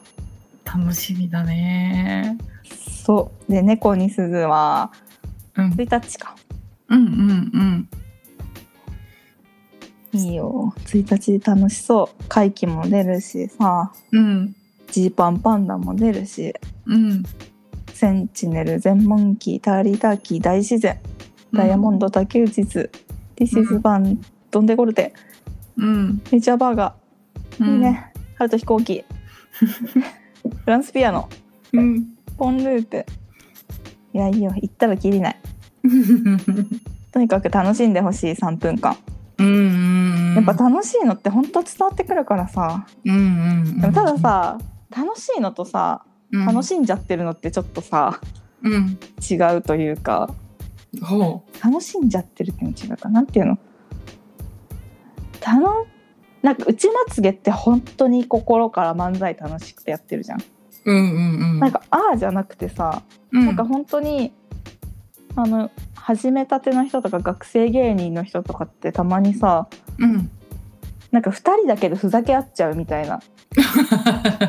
[SPEAKER 2] 楽しみだね。
[SPEAKER 1] そうで猫に鈴は
[SPEAKER 2] うん。
[SPEAKER 1] 1日か。
[SPEAKER 2] うん。うん。
[SPEAKER 1] いいよ1日楽しそう会期も出るしさ
[SPEAKER 2] うん。うん。
[SPEAKER 1] ジーパンパンダも出るし
[SPEAKER 2] うん。
[SPEAKER 1] センチネル、ゼンモンキー、ターリーターキー、大自然、ダイヤモンド、竹内図、ディシズバン、ドンデゴルテ、
[SPEAKER 2] うん。
[SPEAKER 1] ネイチャーバーガ
[SPEAKER 2] う
[SPEAKER 1] ー、
[SPEAKER 2] ん。
[SPEAKER 1] いい。ね、ハルト飛行
[SPEAKER 2] [LAUGHS]
[SPEAKER 1] 機、フランスピアノ、
[SPEAKER 2] うん。
[SPEAKER 1] ポンループ。いや、いいよ、行ったらきりない。とにかく楽しんでほしい3分間。
[SPEAKER 2] うん。
[SPEAKER 1] やっぱ楽しいのって本当伝わってくるからさ。
[SPEAKER 2] うんうん。
[SPEAKER 1] でもただ、さ、楽しいのとさ、楽
[SPEAKER 2] い。
[SPEAKER 1] しんじゃってるのってちょっとさ、
[SPEAKER 2] うん。
[SPEAKER 1] 違うというか、
[SPEAKER 2] ほ
[SPEAKER 1] 楽しんじゃってるっていうの違うかなんていうのたのなんか内まつげって本当に心から漫才楽しくてやってるじゃん、
[SPEAKER 2] う。うんうんうん。
[SPEAKER 1] なん、かああじゃなくてさ、
[SPEAKER 2] な
[SPEAKER 1] なんか、本当にあの始めたての人とか学生芸人の人とかってたまにさ
[SPEAKER 2] うん。
[SPEAKER 1] なんか2人だけでふざけ合っちゃうみたいな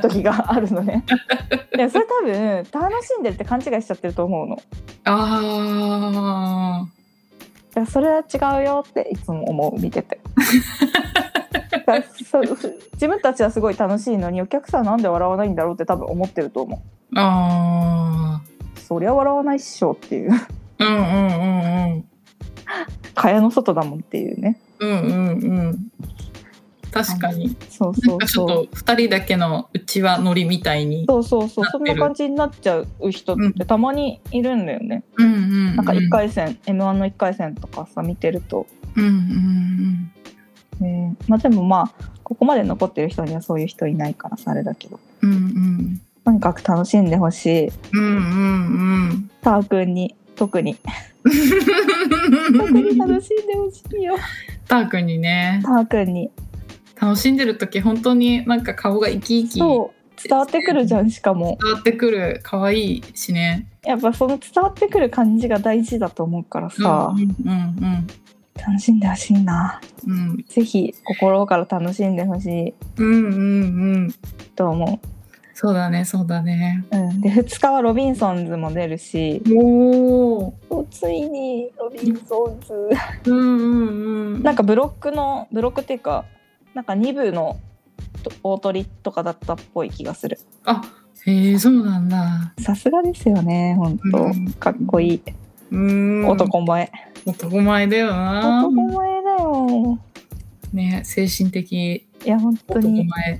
[SPEAKER 1] 時があるの
[SPEAKER 2] [LAUGHS]
[SPEAKER 1] ねでそれ多分楽しんでるって勘違いしちゃってると思うのだ
[SPEAKER 2] ああ。
[SPEAKER 1] からそれは違うよっていつも思う見
[SPEAKER 2] [LAUGHS]
[SPEAKER 1] ててだそうふ自分たちはすごい楽しいのにお客さんなんで笑わないんだろうって多分思ってると思
[SPEAKER 2] ああ。
[SPEAKER 1] うそりゃ笑わないっしょっていう
[SPEAKER 2] うんうんうんうん。
[SPEAKER 1] 蚊帳の外だもんっていうね
[SPEAKER 2] うんうんうん。確かに。
[SPEAKER 1] そう
[SPEAKER 2] な
[SPEAKER 1] そ
[SPEAKER 2] ん
[SPEAKER 1] う
[SPEAKER 2] かちょっ
[SPEAKER 1] そう
[SPEAKER 2] と二人だけのうちわ乗りみたいに。
[SPEAKER 1] そうそうそう
[SPEAKER 2] なって
[SPEAKER 1] そ
[SPEAKER 2] る
[SPEAKER 1] んな感じになっちゃう人ってたまにいるんだよね、
[SPEAKER 2] うんうん。
[SPEAKER 1] なんか1。回戦 m 1の1回戦とかさ見てると、
[SPEAKER 2] うんうん
[SPEAKER 1] ねまあ、でもまあここまで残ってる人にはそういう人いないからさあれだけど
[SPEAKER 2] うん。うんうん。
[SPEAKER 1] とにかく楽しんでほしい
[SPEAKER 2] うんうんうん。
[SPEAKER 1] ターくんに特に特に楽しんでほしいよ
[SPEAKER 2] タークにね
[SPEAKER 1] ターくんに
[SPEAKER 2] 楽しんでる時本当になんか顔が生き生き伝
[SPEAKER 1] そう伝わってくるじゃんしかも
[SPEAKER 2] わってくる可愛いしね
[SPEAKER 1] やっぱその伝わってくる感じが大事だと思うからさ、
[SPEAKER 2] うんうん
[SPEAKER 1] 楽しんでほしいな
[SPEAKER 2] うんうん
[SPEAKER 1] ぜひ心から楽しんでほしい
[SPEAKER 2] うんうんうん
[SPEAKER 1] と思
[SPEAKER 2] そうだねそうだね
[SPEAKER 1] う、うん、で2日はロビンソンズも出るし
[SPEAKER 2] おお
[SPEAKER 1] おついにロビンソンズ
[SPEAKER 2] うんうんうん
[SPEAKER 1] なんかブロックのブロックっていうかなんか2部のと大取りとかだったっぽい気がする
[SPEAKER 2] あへえそうなんだ
[SPEAKER 1] さすがですよね本当、
[SPEAKER 2] うん
[SPEAKER 1] かっこいい、
[SPEAKER 2] うん
[SPEAKER 1] 男前
[SPEAKER 2] 男前だよな
[SPEAKER 1] 男前だよ
[SPEAKER 2] ね精神的
[SPEAKER 1] いや本当
[SPEAKER 2] 男
[SPEAKER 1] に
[SPEAKER 2] 前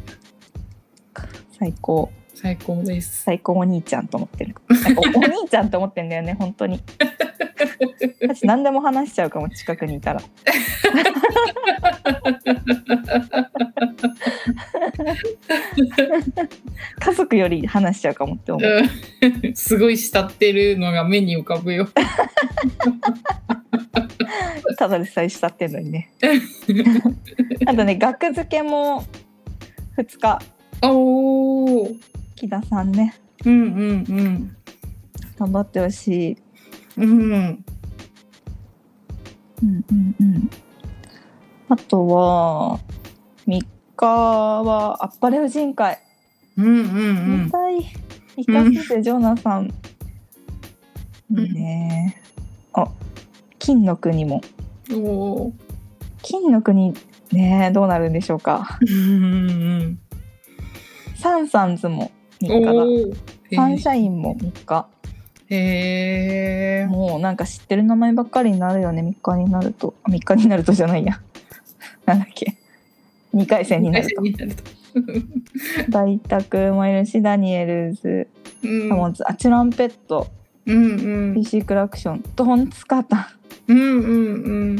[SPEAKER 1] 最高
[SPEAKER 2] 最高です
[SPEAKER 1] 最高お兄ちゃんと思ってるなんかおお兄ちゃんと思ってんだよね本当に私何でも話しちゃうかも近くにいたら家族より話しちゃうかもって思う
[SPEAKER 2] うん [LAUGHS] すごい慕ってるのが目に浮かぶよ
[SPEAKER 1] ただでさえ慕ってんのにねあとね額付けも2日
[SPEAKER 2] おお。
[SPEAKER 1] 木田さんね
[SPEAKER 2] うんうん
[SPEAKER 1] 頑張ってほしい
[SPEAKER 2] うん。うん。
[SPEAKER 1] うんうんうんあとは3日はあっぱれ婦人会
[SPEAKER 2] うんうん
[SPEAKER 1] 見たい行かせてジョナさん、いいねあ金の国も
[SPEAKER 2] うん。おお。
[SPEAKER 1] 金の国ねどうなるんでしょうか
[SPEAKER 2] うん
[SPEAKER 1] サンサンズも3
[SPEAKER 2] うん。
[SPEAKER 1] 日だ
[SPEAKER 2] おお。
[SPEAKER 1] サンシャインも3日
[SPEAKER 2] へえ。
[SPEAKER 1] もうなんか知ってる名前ばっかりになるよね3日になると3日になるとじゃないやなんだっけ2回戦になると
[SPEAKER 2] になると。
[SPEAKER 1] 大拓もいるしダニエルズ
[SPEAKER 2] うん
[SPEAKER 1] タモンズアチュランペット
[SPEAKER 2] うんうん
[SPEAKER 1] PC クラクションドンツカタ
[SPEAKER 2] うんうんうん。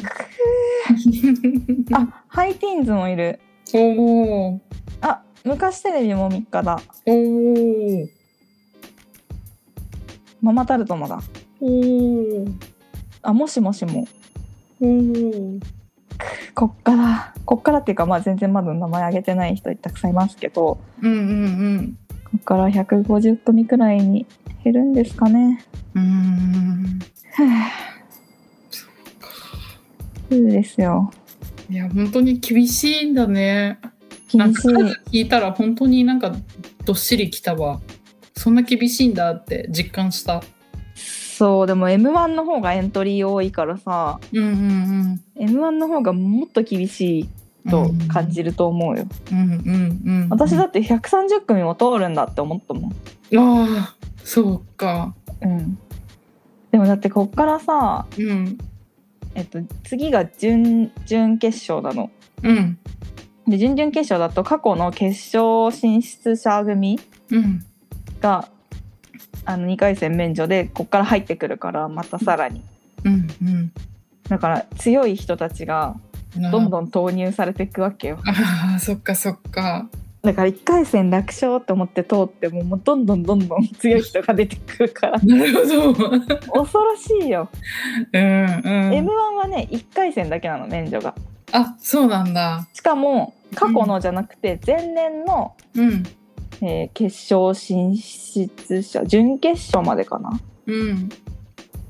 [SPEAKER 1] あハイティーンズもいる
[SPEAKER 2] おお。
[SPEAKER 1] あ昔テレビも3日だ
[SPEAKER 2] おお。
[SPEAKER 1] ママタルトもだ
[SPEAKER 2] おお。
[SPEAKER 1] あもしもしも
[SPEAKER 2] おお。
[SPEAKER 1] こっからこっからっていうかまあ全然まだ名前挙げてない人たくさんいますけど
[SPEAKER 2] うんうん
[SPEAKER 1] こっから150組くらいに減るんですかね
[SPEAKER 2] うん。うん。
[SPEAKER 1] ふう [SIGHS] そうですよ
[SPEAKER 2] いや本当に厳しいんだね。
[SPEAKER 1] 厳しい
[SPEAKER 2] なんか数聞いたら本当になんかどっしりきたわそんな厳しいんだって実感した
[SPEAKER 1] そうでも m 1の方がエントリー多いからさ
[SPEAKER 2] うんうん
[SPEAKER 1] m 1の方がもっと厳し
[SPEAKER 2] う
[SPEAKER 1] い
[SPEAKER 2] ん
[SPEAKER 1] と感じ
[SPEAKER 2] る
[SPEAKER 1] ると思うよ、
[SPEAKER 2] うんうんうん
[SPEAKER 1] 私だって130組も通るんだって思ったもん
[SPEAKER 2] ああそうか
[SPEAKER 1] うんでもだってこっからさ
[SPEAKER 2] うん
[SPEAKER 1] えっと、次が準準決勝なの。
[SPEAKER 2] うん
[SPEAKER 1] で準々決勝だと過去の決勝進出者組
[SPEAKER 2] うん
[SPEAKER 1] があの2回戦免除でこっから入ってくるからまたさらに
[SPEAKER 2] うんうん
[SPEAKER 1] だから強い人たちがどんどん投入されていくわけよ
[SPEAKER 2] ああそっかそっか
[SPEAKER 1] だから1回戦楽勝と思って通ってももうどんどんどんどん強い人が出てくるから
[SPEAKER 2] なるほどうん
[SPEAKER 1] [LAUGHS] 恐ろしいよ、
[SPEAKER 2] うん
[SPEAKER 1] m 1はね1回戦だけなの免除が
[SPEAKER 2] あそうなんだ
[SPEAKER 1] しかも過去のじゃなくて前年の、
[SPEAKER 2] うん
[SPEAKER 1] えー決勝進出者準決勝までかな
[SPEAKER 2] うん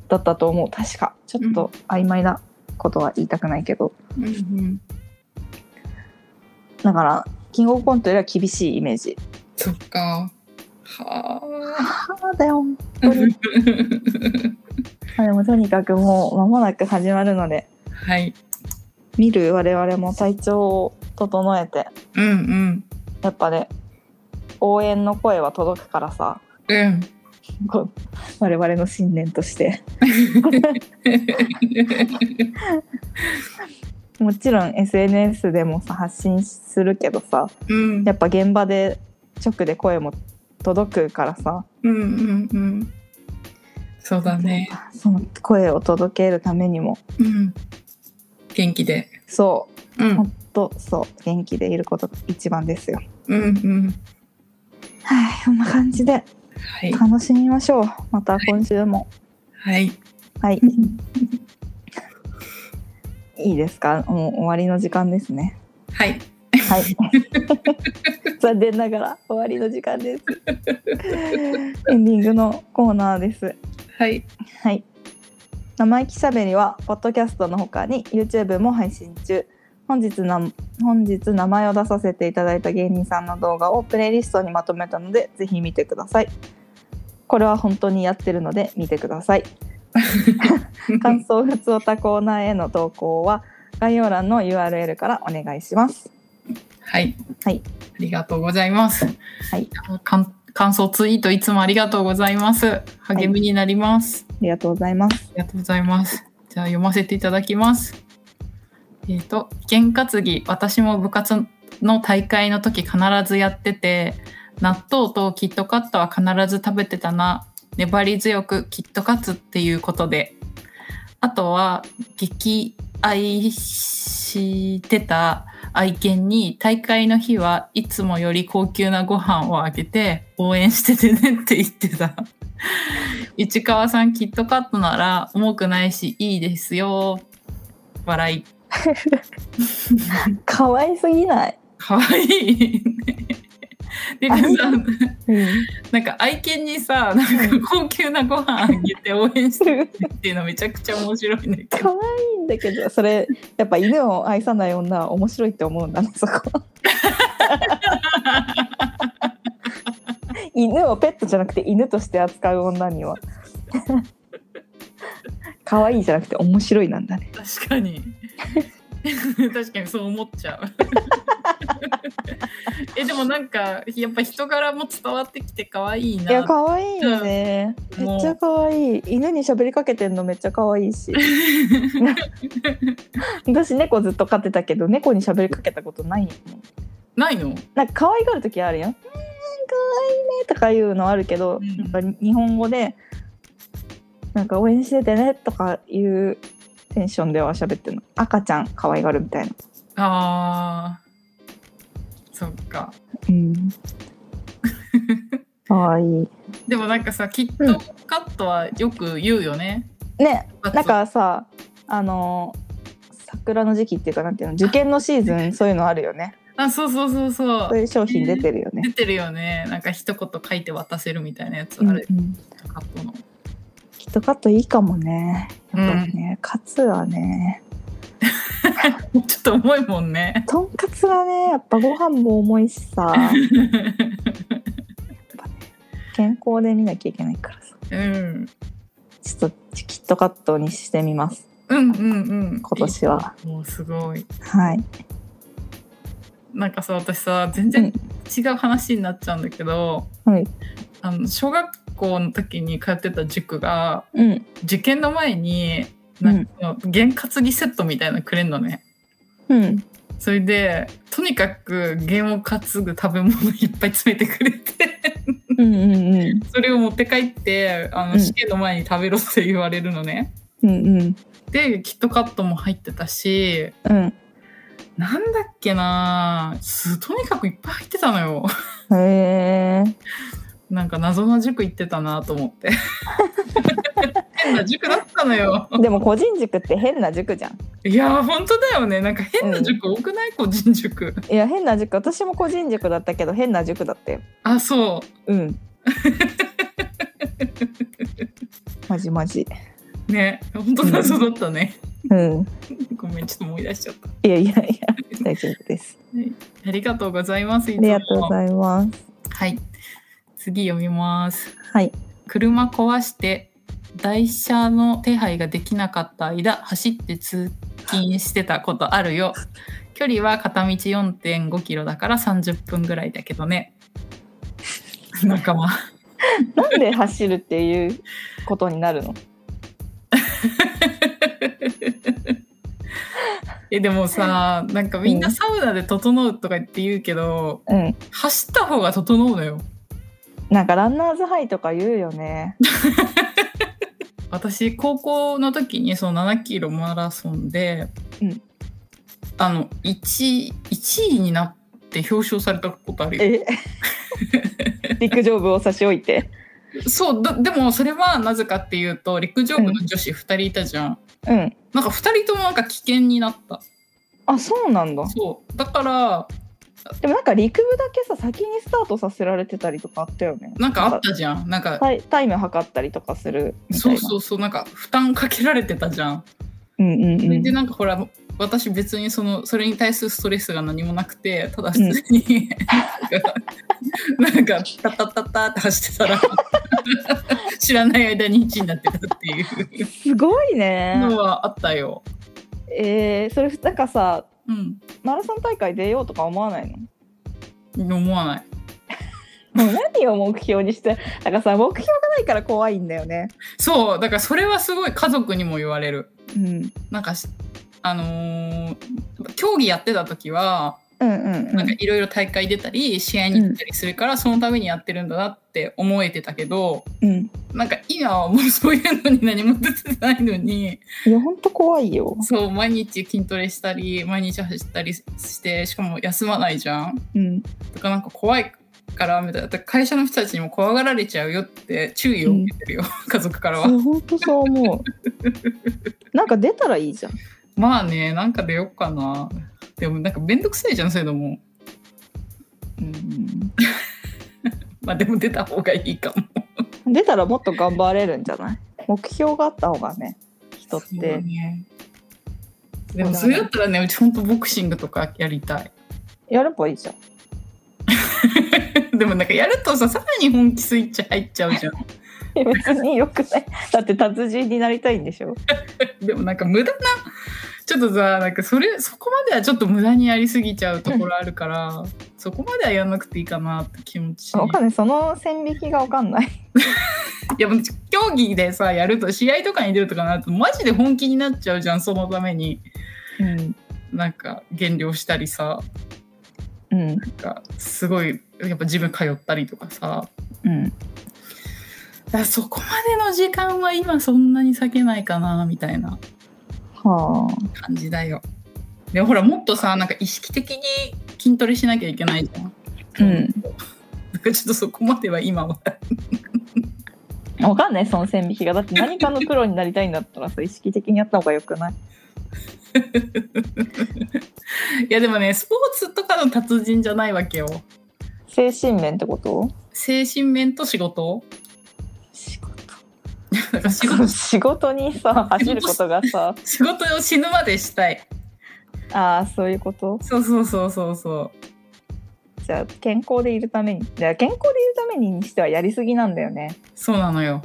[SPEAKER 1] だったと思う確かちょっと曖昧なことは言いたくないけど
[SPEAKER 2] うんうん
[SPEAKER 1] だからキングオブコントよりは厳しいイメージ
[SPEAKER 2] そっかはあ
[SPEAKER 1] ああだよ本当にまあでもとにかくもう間もなく始まるので
[SPEAKER 2] [LAUGHS] はい
[SPEAKER 1] 見る我々も体調を整えて
[SPEAKER 2] うんうん
[SPEAKER 1] やっぱね応援の声は届くからさ [LAUGHS]
[SPEAKER 2] うん
[SPEAKER 1] こう我々の信念としてもちろん SNS でもさ発信するけどさ
[SPEAKER 2] うん
[SPEAKER 1] やっぱ現場で直で声も届くからさ
[SPEAKER 2] うんうんうんそうだね
[SPEAKER 1] その声を届けるためにも
[SPEAKER 2] うん元気で
[SPEAKER 1] そううほ
[SPEAKER 2] ん
[SPEAKER 1] んとそう元気でいることが一番ですよ
[SPEAKER 2] うんうん
[SPEAKER 1] はいこんな感じで
[SPEAKER 2] はい
[SPEAKER 1] 楽しみましょうまた今週も
[SPEAKER 2] はい
[SPEAKER 1] はい [LAUGHS] いいですかもう終わりの時間ですね
[SPEAKER 2] はい
[SPEAKER 1] はい [LAUGHS] 残念ながら終わりの時間ですエンディングのコーナーです
[SPEAKER 2] はい
[SPEAKER 1] はい。生意気しゃべりはポッドキャストのほかに YouTube も配信中。本日な本日名前を出させていただいた芸人さんの動画をプレイリストにまとめたのでぜひ見てください。これは本当にやってるので見てください。感想ふつおたコーナーへの投稿は概要欄の URL からお願いします。
[SPEAKER 2] [LAUGHS] はい
[SPEAKER 1] はい
[SPEAKER 2] ありがとうございます
[SPEAKER 1] はい、
[SPEAKER 2] かん感想ツイートいつもありがとうございます励みになります、
[SPEAKER 1] ありがとうございます。
[SPEAKER 2] ありがとうございます。じゃあ読ませていただきます。えっ、と、験担ぎ、私も部活の大会の時必ずやってて、納豆とキットカットは必ず食べてたな。粘り強くキットカツっていうことで。あとは、激愛してた愛犬に大会の日はいつもより高級なご飯をあげて応援しててねって言ってた。市川さんキットカットなら重くないしいいですよ笑い
[SPEAKER 1] [LAUGHS] 可愛すぎない。
[SPEAKER 2] かわいいねで
[SPEAKER 1] あ
[SPEAKER 2] さ
[SPEAKER 1] りがとうん、
[SPEAKER 2] なんか愛犬にさなんか高級なご飯あげて応援してるっていうのめちゃくちゃ面白いんだけ
[SPEAKER 1] 可
[SPEAKER 2] ど
[SPEAKER 1] 愛いんだけど、それやっぱ犬を愛さない女は面白いって思うんだねそこ。犬をペットじゃなくて犬として扱う女には可愛いじゃなくて面白いなんだね
[SPEAKER 2] 確かに [LAUGHS] 確かにそう思っちゃう [LAUGHS] えでもなんかやっぱ人柄も伝わってきて可愛いない
[SPEAKER 1] や可愛いよね、
[SPEAKER 2] う
[SPEAKER 1] め
[SPEAKER 2] ん
[SPEAKER 1] っちゃ可愛い犬に喋りかけてんのめっちゃ可愛いし私猫ずっと飼ってたけど猫に喋りかけたことないもん
[SPEAKER 2] [LAUGHS] ないの
[SPEAKER 1] なんか可愛がる時あるやん「うーん可愛いね」とかいうのあるけど、
[SPEAKER 2] うん
[SPEAKER 1] なんか日本語で「なんか応援しててね」とかいうテンションでは喋ってるの赤ちゃん可愛がるみたいな
[SPEAKER 2] あーそっか
[SPEAKER 1] うん。かわいい。
[SPEAKER 2] でもなんかさきっとカットはよく言うよね。
[SPEAKER 1] ね、
[SPEAKER 2] 部活
[SPEAKER 1] なんかさ、あの桜の時期っていうかなんていうの、受験のシーズンそういうのあるよね。
[SPEAKER 2] あそうそうそうそ
[SPEAKER 1] そう
[SPEAKER 2] う
[SPEAKER 1] いう商品出てるよね。
[SPEAKER 2] 出てるよねなんか一言書いて渡せるみたいなやつ
[SPEAKER 1] うん
[SPEAKER 2] あ
[SPEAKER 1] う
[SPEAKER 2] る、
[SPEAKER 1] ん、
[SPEAKER 2] カットの。
[SPEAKER 1] キットカットいいかもね。
[SPEAKER 2] う
[SPEAKER 1] やっぱ
[SPEAKER 2] ん、
[SPEAKER 1] ね、カツはね、
[SPEAKER 2] ちょっと重いもんね。
[SPEAKER 1] とんかつがね、やっぱご飯も重いしさ、やっぱね、健康で見なきゃいけないからさ、
[SPEAKER 2] うん、
[SPEAKER 1] ちょっとキットカットにしてみます。
[SPEAKER 2] うんうんうん
[SPEAKER 1] 今年は。
[SPEAKER 2] もうすごい
[SPEAKER 1] はい。
[SPEAKER 2] なんかさ私さ全然違う話になっちゃうんだけど、
[SPEAKER 1] はい
[SPEAKER 2] あの小学校の時に通ってた塾が
[SPEAKER 1] うん。
[SPEAKER 2] 受験の前になんかその験担ぎセットみたいなのくれんのね。
[SPEAKER 1] うん。
[SPEAKER 2] それでとにかく弦を担ぐ食べ物いっぱい詰めてくれて [LAUGHS]
[SPEAKER 1] うんうんうん。
[SPEAKER 2] それを持って帰ってあの、
[SPEAKER 1] うん
[SPEAKER 2] 試験の前に食べろって言われるのね。
[SPEAKER 1] うんうん。
[SPEAKER 2] でキットカットも入ってたし
[SPEAKER 1] うん。
[SPEAKER 2] なんだっけなすとにかくいっぱい入ってたのよ。 [LAUGHS]
[SPEAKER 1] へえ。
[SPEAKER 2] なんか謎の塾行ってたなと思って。
[SPEAKER 1] [LAUGHS]
[SPEAKER 2] 変な塾だったのよ。
[SPEAKER 1] でも個人塾って変な塾じゃん。
[SPEAKER 2] いやー本当だよねなんか変な塾多くない、個人塾。
[SPEAKER 1] いや変な塾私も個人塾だったけど変な塾だったよ。
[SPEAKER 2] あそ
[SPEAKER 1] [LAUGHS]
[SPEAKER 2] う
[SPEAKER 1] うん。マジマジ。
[SPEAKER 2] ね本当謎だったね。
[SPEAKER 1] うん。
[SPEAKER 2] ごめんちょっと思い出しちゃった。
[SPEAKER 1] いやいやいや大丈夫です。
[SPEAKER 2] ありがとうございます。い
[SPEAKER 1] あ
[SPEAKER 2] つも
[SPEAKER 1] りがとうございます。
[SPEAKER 2] はい。次読みます。
[SPEAKER 1] はい。
[SPEAKER 2] 車壊して台車の手配ができなかった間、走って通勤してたことあるよ。距離は片道4.5キロだから30分ぐらいだけどね。仲間。
[SPEAKER 1] なんで走るっていうことになるの？
[SPEAKER 2] [LAUGHS] えでもさなんかみんなサウナで整うとかって言うけど、
[SPEAKER 1] うん。
[SPEAKER 2] 走った方が整うのよ
[SPEAKER 1] なんかランナーズハイとか言うよね。
[SPEAKER 2] 私高校の時にその7キロマラソンで、
[SPEAKER 1] うん
[SPEAKER 2] あの 1, 1位になって表彰されたことあるよ
[SPEAKER 1] [LAUGHS] え陸上部を差し置いて。
[SPEAKER 2] そうだでもそれはなぜかっていうと陸上部の女子2人いたじゃん、
[SPEAKER 1] うん。
[SPEAKER 2] なんか2人ともなんか危険になった
[SPEAKER 1] あ、そうなんだ。
[SPEAKER 2] そうだから
[SPEAKER 1] でもなんか陸部だけさ、先にスタートさせられてたりとかあったよね。
[SPEAKER 2] なんかあったじゃんなんか
[SPEAKER 1] タイタイム測ったりとかするみたい
[SPEAKER 2] そ
[SPEAKER 1] な。
[SPEAKER 2] うそうそうなんか負担かけられてたじゃん、
[SPEAKER 1] うんうんうん。
[SPEAKER 2] でなんかほら私別にそのそれに対するストレスが何もなくてただ普通に、なんかタッタッタッタって走ってたら知らない間に1位になってたっていう
[SPEAKER 1] すごいね。
[SPEAKER 2] のはあったよ。
[SPEAKER 1] えー、それなんかさ、
[SPEAKER 2] うん
[SPEAKER 1] マラソン大会出ようとか思わないの
[SPEAKER 2] 思わない。
[SPEAKER 1] もう何を目標にして、なんかさ、目標がないから怖いんだよね。
[SPEAKER 2] そうだからそれはすごい家族にも言われる。
[SPEAKER 1] うん。
[SPEAKER 2] なんかしあのー競技やってた時は
[SPEAKER 1] うんうんうん。
[SPEAKER 2] なんかいろいろ大会出たり試合に行ったりするから、そのためにやってるんだなって思えてたけど
[SPEAKER 1] うん。
[SPEAKER 2] なんか今はもうそういうのに何も出てないのに
[SPEAKER 1] いや、ほんと怖いよ。
[SPEAKER 2] そう毎日筋トレしたり毎日走ったりしてしかも休まないじゃん
[SPEAKER 1] うん。
[SPEAKER 2] とかなんか怖いからみたいなだから会社の人たちにも怖がられちゃうよって注意を受けてるよ、家族からは。
[SPEAKER 1] そうほんとそう
[SPEAKER 2] [LAUGHS]
[SPEAKER 1] 思う。なんか出たらいいじゃん。
[SPEAKER 2] まあねなんか出よっかなでもなんかめんどくさいじゃんそういうのも
[SPEAKER 1] うん。
[SPEAKER 2] まあでも出た方がいいかも。
[SPEAKER 1] 出たらもっと頑張れるんじゃない目標があった方がね、人っ
[SPEAKER 2] そうだ
[SPEAKER 1] て。
[SPEAKER 2] ねでもそれだったらねうちほんとボクシングとかやりたい [LAUGHS]
[SPEAKER 1] やればいいじゃん。 [LAUGHS]
[SPEAKER 2] でもなんかやるとささらに本気スイッチ入っちゃうじゃん
[SPEAKER 1] いや別によくない。だって達人になりたいんでしょ。
[SPEAKER 2] でもなんか無駄なちょっとさなんかそれそこまではちょっと無駄にやりすぎちゃうところあるからそこまではやんなくていいかなって気持ちい
[SPEAKER 1] わかんない。その線引きがわかんない。
[SPEAKER 2] やもう競技でさやると試合とかに出るとかなるとマジで本気になっちゃうじゃんそのために
[SPEAKER 1] うん。
[SPEAKER 2] なんか減量したりさ
[SPEAKER 1] うん。
[SPEAKER 2] なんかすごいやっぱジム通ったりとかさ
[SPEAKER 1] うん。
[SPEAKER 2] だからそこまでの時間は今そんなに避けないかなみたいな
[SPEAKER 1] はあ。
[SPEAKER 2] 感じだよ。でほらもっとさなんか意識的に筋トレしなきゃいけないじゃん。
[SPEAKER 1] うん。
[SPEAKER 2] なんかちょっとそこまでは今は。 [LAUGHS]
[SPEAKER 1] わかんないその線引きがだって何かのプロになりたいんだったらさ意識的にやった方がよくない
[SPEAKER 2] いやでもねスポーツとかの達人じゃないわけよ。
[SPEAKER 1] 精神面ってこと
[SPEAKER 2] 精神面と仕事
[SPEAKER 1] 仕事
[SPEAKER 2] だから仕事
[SPEAKER 1] 仕事に
[SPEAKER 2] [LAUGHS]
[SPEAKER 1] さ走ることがさ
[SPEAKER 2] 仕事を死ぬまでしたい。
[SPEAKER 1] ああそういうこと
[SPEAKER 2] そうそうそうそうそ
[SPEAKER 1] じゃあ健康でいるためにじゃあ健康でいるためににしてはやりすぎなんだよね
[SPEAKER 2] うそうなのよ。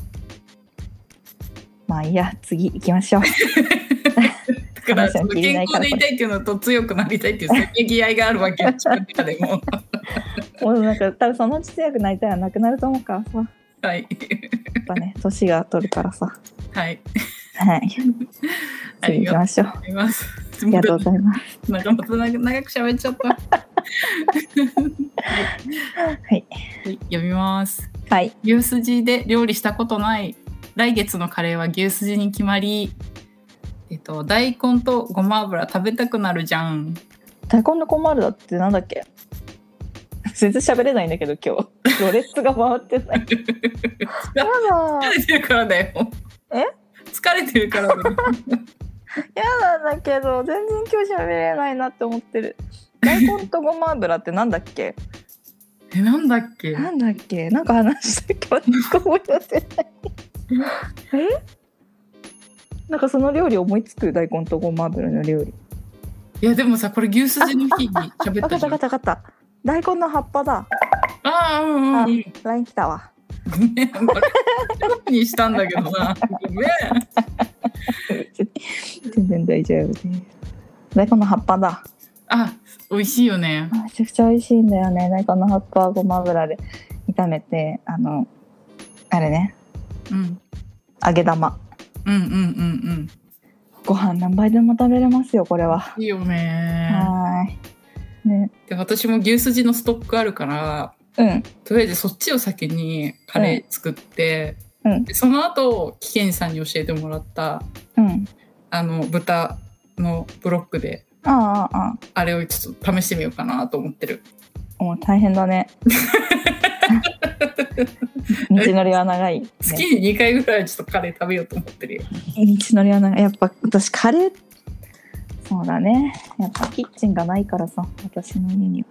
[SPEAKER 1] まあいいや次行きましょう
[SPEAKER 2] [LAUGHS] だから
[SPEAKER 1] 話
[SPEAKER 2] そ
[SPEAKER 1] は
[SPEAKER 2] の
[SPEAKER 1] 切れな
[SPEAKER 2] 健
[SPEAKER 1] いか
[SPEAKER 2] 康
[SPEAKER 1] ら
[SPEAKER 2] でいたいっていうのと強くなりたいっていうせめぎ合いがある
[SPEAKER 1] [LAUGHS]
[SPEAKER 2] わけよ。自分の中でも
[SPEAKER 1] もうなんか多分そのうち強くなりたいはなくなると思うからさや
[SPEAKER 2] はい
[SPEAKER 1] っぱ
[SPEAKER 2] [LAUGHS]
[SPEAKER 1] ね年が取るからさ
[SPEAKER 2] はい
[SPEAKER 1] はい
[SPEAKER 2] あ
[SPEAKER 1] 次
[SPEAKER 2] り
[SPEAKER 1] 行
[SPEAKER 2] が
[SPEAKER 1] き
[SPEAKER 2] と
[SPEAKER 1] まし
[SPEAKER 2] う
[SPEAKER 1] ょう
[SPEAKER 2] ございます。
[SPEAKER 1] ありがとうございます
[SPEAKER 2] なんかまた長長く喋っちゃ
[SPEAKER 1] [LAUGHS]
[SPEAKER 2] った。
[SPEAKER 1] はい
[SPEAKER 2] はい読みます。
[SPEAKER 1] はい
[SPEAKER 2] 牛すじで料理したことない来月のカレーは牛すじに決まり、えっと大根とごま油食べたくなるじゃん。
[SPEAKER 1] 大根の困るだってなんだっけ全然喋れないんだけど今
[SPEAKER 2] [LAUGHS]
[SPEAKER 1] 日ロレッツが回ってない [LAUGHS] やだ
[SPEAKER 2] 疲れてるからだよ。
[SPEAKER 1] え？
[SPEAKER 2] 疲れてるから
[SPEAKER 1] [LAUGHS]
[SPEAKER 2] だよ。
[SPEAKER 1] やなんだけど全然今日喋れないなって思ってる大根とごま油ってなんだっけ
[SPEAKER 2] えなんだっけ？
[SPEAKER 1] なんだっけなんか話したっけ私が思い出せないえなんかその料理思いつく大根とごま油の料理
[SPEAKER 2] いやでもさこれ牛すじの日に喋
[SPEAKER 1] あ
[SPEAKER 2] っ
[SPEAKER 1] か
[SPEAKER 2] た
[SPEAKER 1] っ
[SPEAKER 2] じ
[SPEAKER 1] た
[SPEAKER 2] ゃ
[SPEAKER 1] わかっ
[SPEAKER 2] ん。あ
[SPEAKER 1] たわかった大根の葉っぱだ
[SPEAKER 2] あーうんうんうん。
[SPEAKER 1] LINE 来たわ
[SPEAKER 2] ごめん。これにしたんだけどな。ごめん。
[SPEAKER 1] 全然大丈夫です大根の葉っぱだ
[SPEAKER 2] あ美味しいよね。
[SPEAKER 1] めちゃくちゃ美味しいんだよね大根の葉っぱはごま油で炒めてあのあれね
[SPEAKER 2] うん。
[SPEAKER 1] 揚げ玉
[SPEAKER 2] うんうんうんうん。
[SPEAKER 1] ご飯何杯でも食べれますよこれはい
[SPEAKER 2] いよね
[SPEAKER 1] はーいね
[SPEAKER 2] で私も牛すじのストックあるから
[SPEAKER 1] うん
[SPEAKER 2] とりあえずそっちを先にカレー作って、
[SPEAKER 1] うん
[SPEAKER 2] でその後危険さんに教えてもらった
[SPEAKER 1] うん
[SPEAKER 2] あの豚のブロックで
[SPEAKER 1] あああああ
[SPEAKER 2] あれをちょっと試してみようかなと思ってる
[SPEAKER 1] あもう大変だね道のりは長い、ね、
[SPEAKER 2] 月に2回ぐらいちょっとカレー食べようと思ってるよ
[SPEAKER 1] 道のりは長いやっぱ私カレーそうだねやっぱキッチンがないからさ私の家には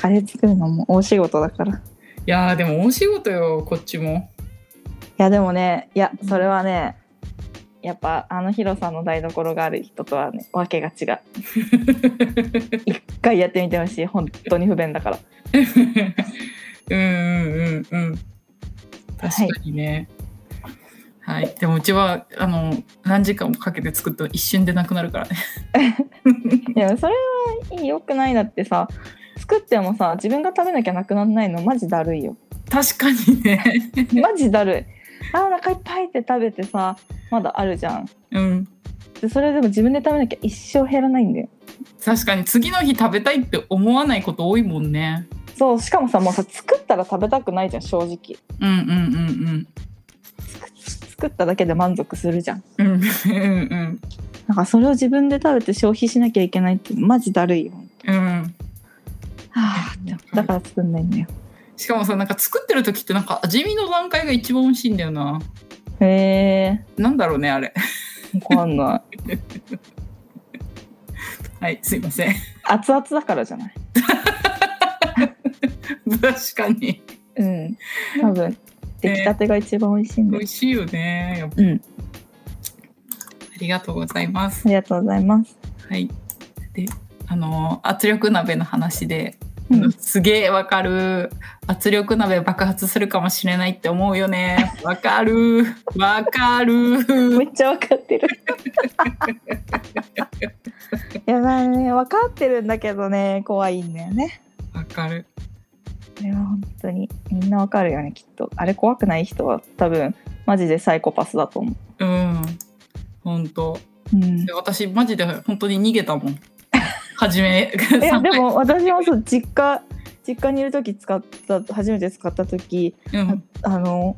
[SPEAKER 1] カレー作るのも大仕事だからい
[SPEAKER 2] いやーでも大仕事よこっちも
[SPEAKER 1] やでもねいやそれはねやっぱあの広さの台所がある人とはねわけが違う一回やってみてほしい本当に不便だから
[SPEAKER 2] うんうんうんうん確かにねはい、でもうちはあの何時間もかけて作ったら一瞬でなくなるからね
[SPEAKER 1] いやそれは良くないだってさ作ってもさ自分が食べなきゃなくならないのマジだる [LAUGHS] いよ
[SPEAKER 2] 確かにね
[SPEAKER 1] マジだるいあーお腹いっぱいって食べてさまだあるじゃん
[SPEAKER 2] うん
[SPEAKER 1] でそれでも自分で食べなきゃ一生減らないんだよ
[SPEAKER 2] 確かに次の日食べたいって思わないこと多いもんね
[SPEAKER 1] そうしかもさもうさ作ったら食べたくないじゃん正直
[SPEAKER 2] うんうんうん
[SPEAKER 1] 作っただけで満足するじゃん
[SPEAKER 2] うんうんうんうん
[SPEAKER 1] なんかそれを自分で食べて消費しなきゃいけないってマジだるいよ
[SPEAKER 2] うん
[SPEAKER 1] はあってだから作んないんだよ
[SPEAKER 2] しかもさなんか作ってる時ってなんか味見の段階が一番美味しいんだよな
[SPEAKER 1] へえ
[SPEAKER 2] なんだろうねあれ
[SPEAKER 1] わかんない
[SPEAKER 2] はいすいません
[SPEAKER 1] 熱々だからじゃない
[SPEAKER 2] 確かに
[SPEAKER 1] うん多分出来たてが一番美味しいん
[SPEAKER 2] 美
[SPEAKER 1] で、
[SPEAKER 2] 味しいよねやっぱ
[SPEAKER 1] うん
[SPEAKER 2] ありがとうございます
[SPEAKER 1] ありがとうございます
[SPEAKER 2] はいであの圧力鍋の話で、
[SPEAKER 1] うん
[SPEAKER 2] すげえわかる圧力鍋爆発するかもしれないって思うよねわかるわか
[SPEAKER 1] め
[SPEAKER 2] る
[SPEAKER 1] っちゃ分か
[SPEAKER 2] [LAUGHS]
[SPEAKER 1] ってるやばいね分かってるんだけどね怖いんだよね
[SPEAKER 2] わかる
[SPEAKER 1] これは本当にみんなわかるよねきっとあれ怖くない人は多分マジでサイコパスだと思
[SPEAKER 2] うん本当
[SPEAKER 1] う、うん、い
[SPEAKER 2] で私マジで本当に逃げたもん初め3
[SPEAKER 1] や
[SPEAKER 2] 回
[SPEAKER 1] でも私もそう実家実家にいる時使った初めて使った時
[SPEAKER 2] うん、
[SPEAKER 1] あの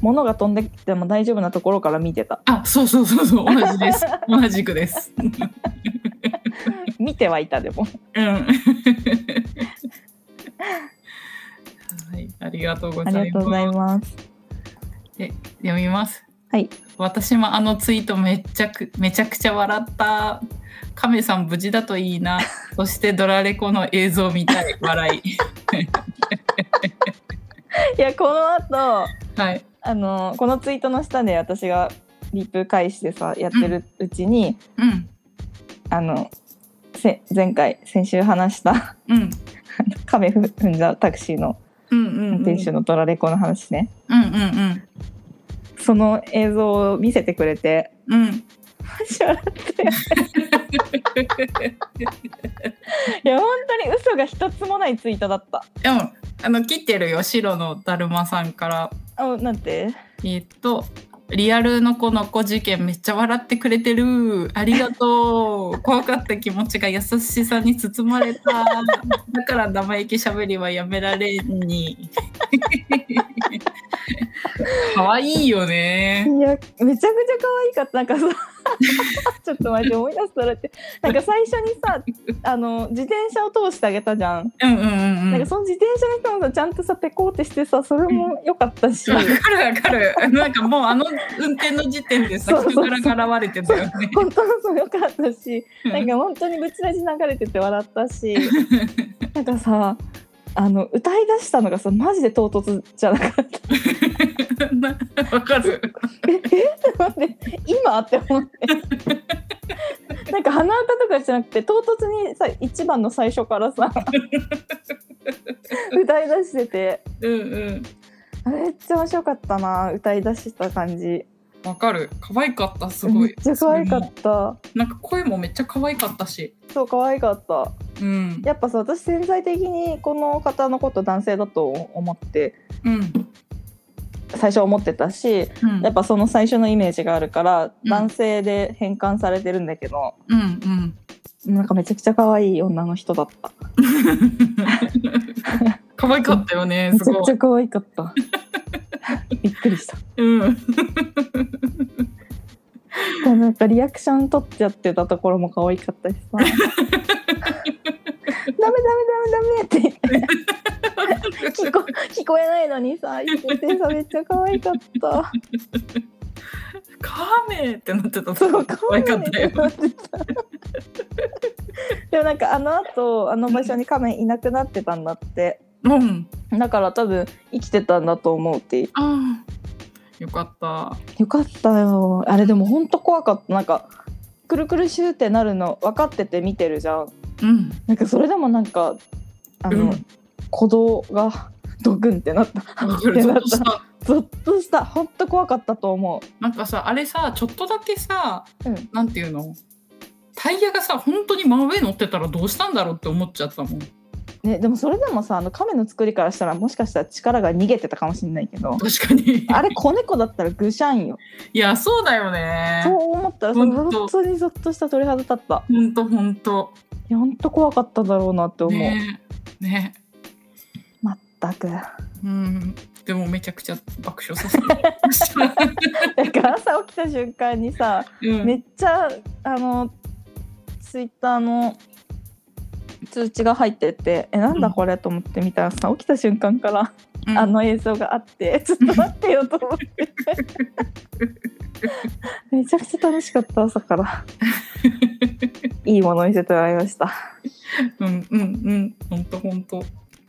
[SPEAKER 1] 物が飛んできても大丈夫なところから見てた
[SPEAKER 2] あそうそうそうそう同じです同じくです
[SPEAKER 1] 見てはいたでも [LAUGHS]
[SPEAKER 2] うんはい、ありがとうご
[SPEAKER 1] あ
[SPEAKER 2] ざ
[SPEAKER 1] り
[SPEAKER 2] い
[SPEAKER 1] がとうございま
[SPEAKER 2] ます。
[SPEAKER 1] す
[SPEAKER 2] 読みます。
[SPEAKER 1] はい。
[SPEAKER 2] 私もあのツイートめっちゃくめちゃくちゃ笑った。亀さん無事だとい
[SPEAKER 1] [LAUGHS]
[SPEAKER 2] いな。そしてドラレコの映像見たい笑い。
[SPEAKER 1] いやこの後
[SPEAKER 2] はい。
[SPEAKER 1] あのこのツイートの下で私がリプ返してさやってるうちに、
[SPEAKER 2] うん
[SPEAKER 1] あのせ前回先週話した
[SPEAKER 2] うん
[SPEAKER 1] 亀踏んだタクシーの
[SPEAKER 2] うんうんうん。
[SPEAKER 1] 運転手のドラレコの話ね、
[SPEAKER 2] うんうん
[SPEAKER 1] その映像を見せてくれて
[SPEAKER 2] うんうん。
[SPEAKER 1] マジ笑っ
[SPEAKER 2] [LAUGHS]
[SPEAKER 1] ていや本当に嘘が一つもないツイートだった
[SPEAKER 2] でもあの切ってるよ白のだるまさんから
[SPEAKER 1] あなんて
[SPEAKER 2] えーっとリアルの子の子事件めっちゃ笑ってくれてるありがと
[SPEAKER 1] [LAUGHS]
[SPEAKER 2] う怖かった気持ちが優しさに包まれただから生意気しゃべりはやめられん
[SPEAKER 1] [LAUGHS]
[SPEAKER 2] に可愛いよね
[SPEAKER 1] いやめちゃくちゃ可愛かったなんかさ [LAUGHS] ちょっと待って思い出すとだってなんか最初にさあの自転車を通してあげたじゃん、
[SPEAKER 2] うんうんうん
[SPEAKER 1] なん
[SPEAKER 2] う
[SPEAKER 1] か
[SPEAKER 2] ん
[SPEAKER 1] その自転車の人もさちゃんとさペコってしてさそれも良かったし、
[SPEAKER 2] わ [LAUGHS] かるわかるなんかもうあの運転の時点でさ
[SPEAKER 1] そうそう
[SPEAKER 2] 人
[SPEAKER 1] そう
[SPEAKER 2] 柄が現れてたよね [LAUGHS]
[SPEAKER 1] 本当にそう良かったしなんか本当にぶちラジ流れてて笑ったしなんかさあの歌い出したのがさマジで唐突じゃなかった
[SPEAKER 2] わかる
[SPEAKER 1] え [LAUGHS] えって待って今って思ってなんか鼻歌とかじゃなくて唐突にさ一番の最初から
[SPEAKER 2] [LAUGHS]
[SPEAKER 1] さ歌い出してて
[SPEAKER 2] うんうん
[SPEAKER 1] あれめっちゃ面白かったな歌い出した感じ
[SPEAKER 2] わかる可愛かったすご
[SPEAKER 1] めっ
[SPEAKER 2] い
[SPEAKER 1] ちゃ可愛かった
[SPEAKER 2] なんか声もめっちゃ可愛かったし
[SPEAKER 1] そう可愛かった
[SPEAKER 2] うん
[SPEAKER 1] やっぱさ私潜在的にこの方のこと男性だと思って
[SPEAKER 2] うん
[SPEAKER 1] 最初思ってたし
[SPEAKER 2] うん
[SPEAKER 1] やっぱその最初のイメージがあるから
[SPEAKER 2] ん
[SPEAKER 1] 男性で変換されてるんだけど、
[SPEAKER 2] うんうん
[SPEAKER 1] なんかめちゃくちゃ可愛い女の人だった
[SPEAKER 2] 可愛かったよね、
[SPEAKER 1] め
[SPEAKER 2] す
[SPEAKER 1] ちゃく
[SPEAKER 2] ご
[SPEAKER 1] ち
[SPEAKER 2] い。
[SPEAKER 1] ゃ可愛かった [LAUGHS] びっくりした
[SPEAKER 2] うん。
[SPEAKER 1] なんかリアクション取っちゃってたところも可愛かったし
[SPEAKER 2] [LAUGHS]
[SPEAKER 1] さダメダメダメダメって聞こ聞こえないのにさ言ってさめっちゃ可愛かった
[SPEAKER 2] カメってなってた。
[SPEAKER 1] そう
[SPEAKER 2] 可愛かったよ。
[SPEAKER 1] 可愛いってなってたでもなんかあの後あの場所にカメいなくなってたんだって
[SPEAKER 2] うん。
[SPEAKER 1] だから多分生きてたんだと思うって
[SPEAKER 2] ああ。よかった。
[SPEAKER 1] よかったよあれでもほんと怖かったなんかくるくるシューってなるの分かってて見てるじゃん
[SPEAKER 2] うん。
[SPEAKER 1] なんかそれでもなんかあの、
[SPEAKER 2] うん
[SPEAKER 1] 鼓動がドクンってなった
[SPEAKER 2] わか
[SPEAKER 1] っ
[SPEAKER 2] る。
[SPEAKER 1] て
[SPEAKER 2] ちょ
[SPEAKER 1] なっ
[SPEAKER 2] っとした。
[SPEAKER 1] たゾッとしたほんと怖かったと思
[SPEAKER 2] なんかさ、あれさ、ちょっとだけさ、
[SPEAKER 1] ううん
[SPEAKER 2] なんていうの。タイヤがさ、本当に真上に乗ってたら、どうしたんだろうって思っちゃったもん。
[SPEAKER 1] ね、でもそれでもさあの亀の作りからしたらもしかしたら力が逃げてたかもしれないけど
[SPEAKER 2] 確かに。
[SPEAKER 1] あれ子猫だったらぐしゃんよ
[SPEAKER 2] いや、そうだよね。
[SPEAKER 1] そう思ったらそ
[SPEAKER 2] ほん
[SPEAKER 1] の
[SPEAKER 2] と
[SPEAKER 1] 本当にゾッとした鳥肌立った
[SPEAKER 2] ほんとほんと。
[SPEAKER 1] いやほんと怖かっただろうなって思う、
[SPEAKER 2] ねえ。ね
[SPEAKER 1] まったく
[SPEAKER 2] え。うん。でもめちゃくちゃ爆笑させた。
[SPEAKER 1] なんか朝起きた瞬間にさ
[SPEAKER 2] うん
[SPEAKER 1] めっちゃあのツイッターの通知が入っててえなんだこれと思って見たらさ起きた瞬間から
[SPEAKER 2] うん
[SPEAKER 1] あの映像があって [LAUGHS] ちょっと待ってよと思って
[SPEAKER 2] [LAUGHS]
[SPEAKER 1] めちゃくちゃ楽しかった朝からいいもの見せてもらいました
[SPEAKER 2] うんうんうん本当本当
[SPEAKER 1] い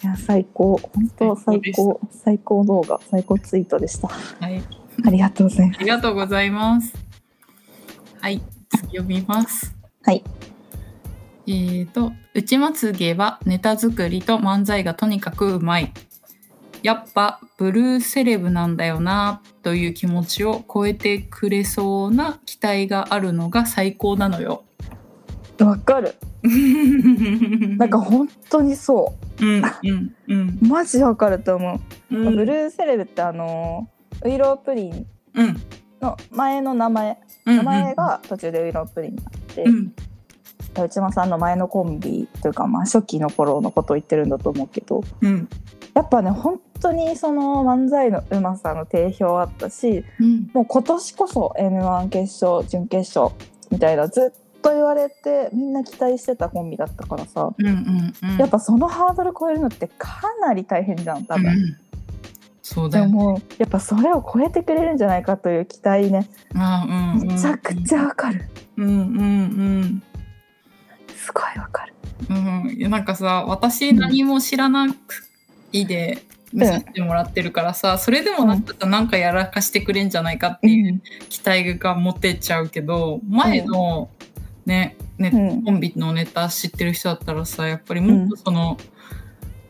[SPEAKER 1] や最高本当最
[SPEAKER 2] 最
[SPEAKER 1] 高
[SPEAKER 2] 高
[SPEAKER 1] 最高動画最高ツイートでした
[SPEAKER 2] はい
[SPEAKER 1] ありがとうございます
[SPEAKER 2] ありがとうございますはい次読みます
[SPEAKER 1] はい
[SPEAKER 2] えーと「内まつげはネタ作りと漫才がとにかくうまい」「やっぱブルーセレブなんだよな」という気持ちを超えてくれそうな期待があるのが最高なのよ。
[SPEAKER 1] わかる
[SPEAKER 2] な
[SPEAKER 1] なんか、本当にそ
[SPEAKER 2] うんうんうん
[SPEAKER 1] うマジわかると思う
[SPEAKER 2] うん、
[SPEAKER 1] ブルーセレブってあのウイロープリン
[SPEAKER 2] うん、
[SPEAKER 1] の前の名前名前が途中でウイロープリンになって、
[SPEAKER 2] うん、うん
[SPEAKER 1] 内間さんの前のコンビというか、まあ、初期の頃のことを言ってるんだと思うけど
[SPEAKER 2] うん
[SPEAKER 1] やっぱね本当にその漫才のうまさの定評あったし
[SPEAKER 2] うん
[SPEAKER 1] もう今年こそ m 1決勝準決勝みたいなずっと言われてみんな期待してたコンビだったからさ
[SPEAKER 2] うんうんうん
[SPEAKER 1] やっぱそのハードル超えるのってかなり大変じゃん多分。
[SPEAKER 2] うんそうだ
[SPEAKER 1] で
[SPEAKER 2] よ、ね。
[SPEAKER 1] もやっぱそれを超えてくれるんじゃないかという期待ね
[SPEAKER 2] あうんうん、
[SPEAKER 1] めちゃくちゃわかる
[SPEAKER 2] うんうん
[SPEAKER 1] すごいわかる
[SPEAKER 2] うんうんいやなんかさ私何も知らないで見させてもらってるからさ、それでもなんかさ、なんかやらかしてくれんじゃないかっていう期待が持てちゃうけど前のねね、
[SPEAKER 1] うん
[SPEAKER 2] コンビのネタ知ってる人だったらさやっぱりもっとその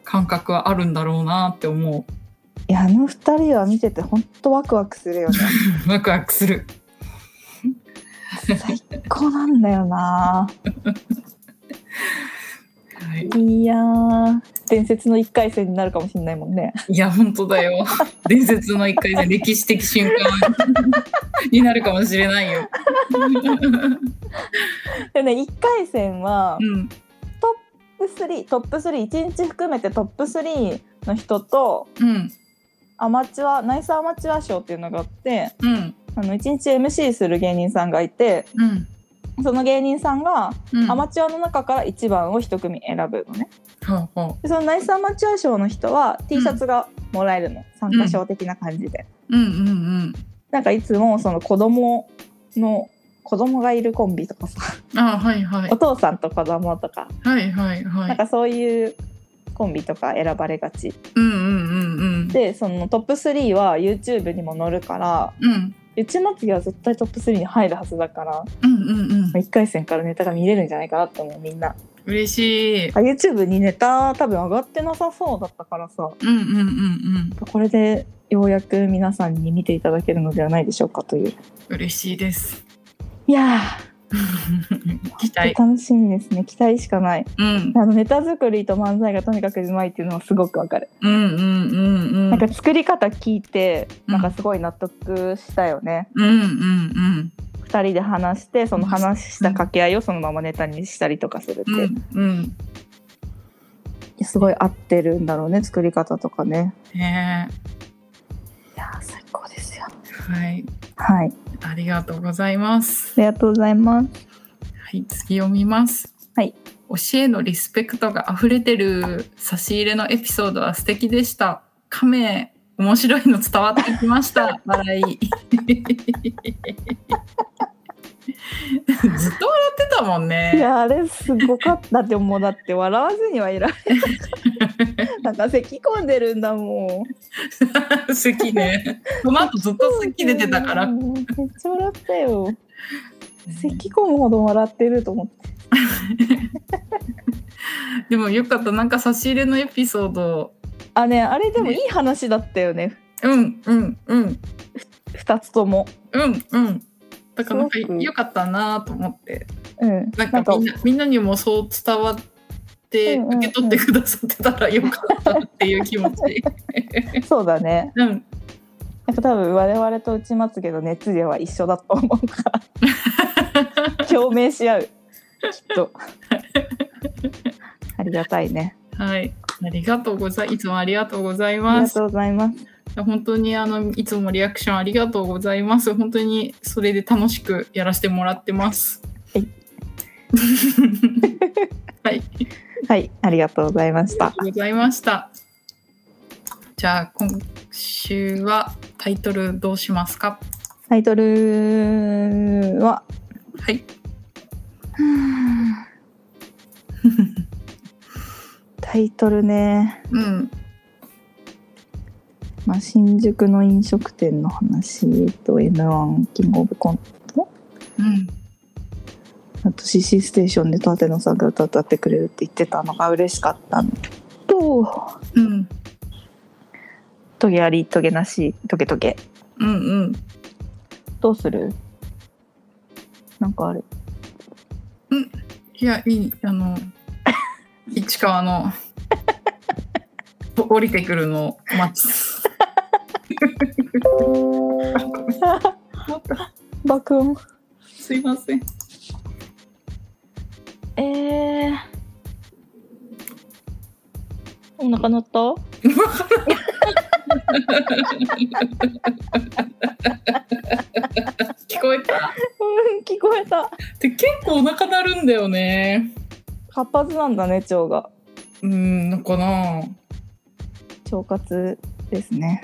[SPEAKER 2] 感覚はあるんだろうなって思
[SPEAKER 1] いやあの二人は見てて本当ワクワクするよね
[SPEAKER 2] うワクワクする。
[SPEAKER 1] 最高なんだよな
[SPEAKER 2] はい
[SPEAKER 1] いやー伝説の一回戦になるかもしれないもんね
[SPEAKER 2] いや本当だよ伝説の一回で歴史的瞬間になるかもしれな
[SPEAKER 1] [LAUGHS]
[SPEAKER 2] いよ。
[SPEAKER 1] [LAUGHS] でね一回戦は
[SPEAKER 2] うん
[SPEAKER 1] トップ3トップ31日含めてトップ3の人と
[SPEAKER 2] うん
[SPEAKER 1] アマチュアナイスアマチュア賞っていうのがあって
[SPEAKER 2] うん
[SPEAKER 1] あの1日 MC する芸人さんがいて
[SPEAKER 2] うん
[SPEAKER 1] その芸人さんが
[SPEAKER 2] うん。
[SPEAKER 1] アマチュアの中から1番を1組選ぶのね
[SPEAKER 2] ほうほ
[SPEAKER 1] でそのナイスアマチュア賞の人は T シャツがもらえるの、参加賞的な感じで、
[SPEAKER 2] ううんうんうん。
[SPEAKER 1] なんかいつもその子供の子供がいるコンビとかさ、
[SPEAKER 2] あはいはい
[SPEAKER 1] お父さんと子供とか、
[SPEAKER 2] はいはいは
[SPEAKER 1] なん
[SPEAKER 2] い。
[SPEAKER 1] かそういうコンビとか選ばれがち
[SPEAKER 2] うんうんうんうん。
[SPEAKER 1] でそのトップ3は YouTube にも載るから
[SPEAKER 2] うん
[SPEAKER 1] 内まつげは絶対トップ3に入るはずだから
[SPEAKER 2] うんうんうん。
[SPEAKER 1] 1回戦からネタが見れるんじゃないかなって思うみんな
[SPEAKER 2] 嬉しい
[SPEAKER 1] あ。YouTube にネタ多分上がってなさそうだったからさ
[SPEAKER 2] うんうんうんうん。
[SPEAKER 1] これでようやく [LAUGHS] 皆さんに見ていただけるのではないでしょうかという
[SPEAKER 2] 嬉しいです。
[SPEAKER 1] いや
[SPEAKER 2] 期待。
[SPEAKER 1] 楽しみですね期待しかない
[SPEAKER 2] うん。
[SPEAKER 1] あのネタ作りと漫才がとにかくうまいっていうのはすごくわかる、
[SPEAKER 2] うんうんうんうん。
[SPEAKER 1] なんか作り方聞いて
[SPEAKER 2] うん
[SPEAKER 1] なんかすごい納得したよね、
[SPEAKER 2] うんうんうん。
[SPEAKER 1] 二人で話してその話した掛け合いをそのままネタにしたりとかするって、
[SPEAKER 2] うんうん。
[SPEAKER 1] すごい合ってるんだろうね作り方とかね
[SPEAKER 2] ね
[SPEAKER 1] いやー最高ですよ
[SPEAKER 2] えはい。
[SPEAKER 1] はい
[SPEAKER 2] ありがとうございます。
[SPEAKER 1] ありがとうございます
[SPEAKER 2] はい、次を見ます。
[SPEAKER 1] はい。
[SPEAKER 2] 教えのリスペクトが溢れてる差し入れのエピソードは素敵でした。亀、面白いの伝わってきま
[SPEAKER 1] [LAUGHS]
[SPEAKER 2] した。笑い。 [LAUGHS] ずっと笑ってたもん
[SPEAKER 1] い
[SPEAKER 2] ね。
[SPEAKER 1] やあれすごかったってもうだって笑わずにはいられ [LAUGHS] なかったなんか咳込んでるんだもん
[SPEAKER 2] [LAUGHS] 好きね。この後ずっと好き出てたから。
[SPEAKER 1] うんめっちゃ笑ったよ咳込むほど笑ってると思って
[SPEAKER 2] でもよかった。なんか差し入れのエピソード。
[SPEAKER 1] あねあれでも
[SPEAKER 2] ね
[SPEAKER 1] いい話だったよね
[SPEAKER 2] うんうんうん
[SPEAKER 1] 二つとも
[SPEAKER 2] うんうん。だからなんか
[SPEAKER 1] すごく
[SPEAKER 2] よかったなと思って。
[SPEAKER 1] うん
[SPEAKER 2] なんかみんなみんなにもそう伝わって
[SPEAKER 1] うんうんうん
[SPEAKER 2] 受け取ってくださってたらよかったっていう気
[SPEAKER 1] [LAUGHS]
[SPEAKER 2] 持ち。
[SPEAKER 1] そうだね
[SPEAKER 2] うん、
[SPEAKER 1] なんか多分我々と内まつげの熱量は一緒だと思うから
[SPEAKER 2] [LAUGHS]
[SPEAKER 1] 共鳴し合うきっとありがたいね
[SPEAKER 2] はい、ありがとうございいつもありがとうござい
[SPEAKER 1] あり
[SPEAKER 2] ま
[SPEAKER 1] が
[SPEAKER 2] す
[SPEAKER 1] と。うございます
[SPEAKER 2] 本当にあのいつもリアクションありがとうございます。本当にそれで楽しくやらせてもらってます。
[SPEAKER 1] はい。
[SPEAKER 2] [LAUGHS] はい、
[SPEAKER 1] はいありがとうございまし
[SPEAKER 2] あ
[SPEAKER 1] た
[SPEAKER 2] りがとうございました。じゃあ今週はタイトルどうしますか。
[SPEAKER 1] タイトル
[SPEAKER 2] [LAUGHS]
[SPEAKER 1] は
[SPEAKER 2] はい。
[SPEAKER 1] タイトルね、
[SPEAKER 2] うん。
[SPEAKER 1] まあ、新宿の飲食店の話と M1 キングオブコント
[SPEAKER 2] うん。
[SPEAKER 1] あと CC ステーションで舘野さんが歌歌ってくれるって言ってたのが嬉しかったのと
[SPEAKER 2] うん。
[SPEAKER 1] トゲありトゲなしトゲトゲ
[SPEAKER 2] うんうん。
[SPEAKER 1] どうするなんかある
[SPEAKER 2] いや、いい、あの、市川の、ぼ降りてくるのを待つ。
[SPEAKER 1] [LAUGHS] 爆音
[SPEAKER 2] [LAUGHS] すいません。
[SPEAKER 1] えー、お腹鳴った
[SPEAKER 2] 聞こえた
[SPEAKER 1] うん [LAUGHS] 聞こえた
[SPEAKER 2] で結構お腹鳴るんだよね。
[SPEAKER 1] 活発なんだね腸が
[SPEAKER 2] うん、のかな
[SPEAKER 1] 腸活ですね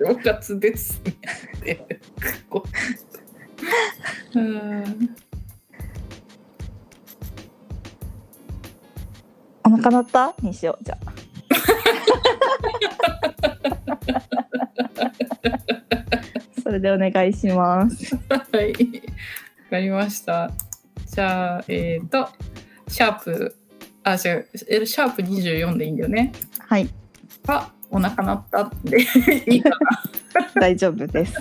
[SPEAKER 2] 腸活ですね。こ [LAUGHS] ううん
[SPEAKER 1] お腹鳴ったにしようじゃ [LAUGHS] あそれでお願いします
[SPEAKER 2] はい。わかりました。じゃあ、えっ、と、シャープ、あ、違う、えシャープ24でいいんだよね。
[SPEAKER 1] はい
[SPEAKER 2] は、お腹鳴ったでいいかな。
[SPEAKER 1] 大丈夫です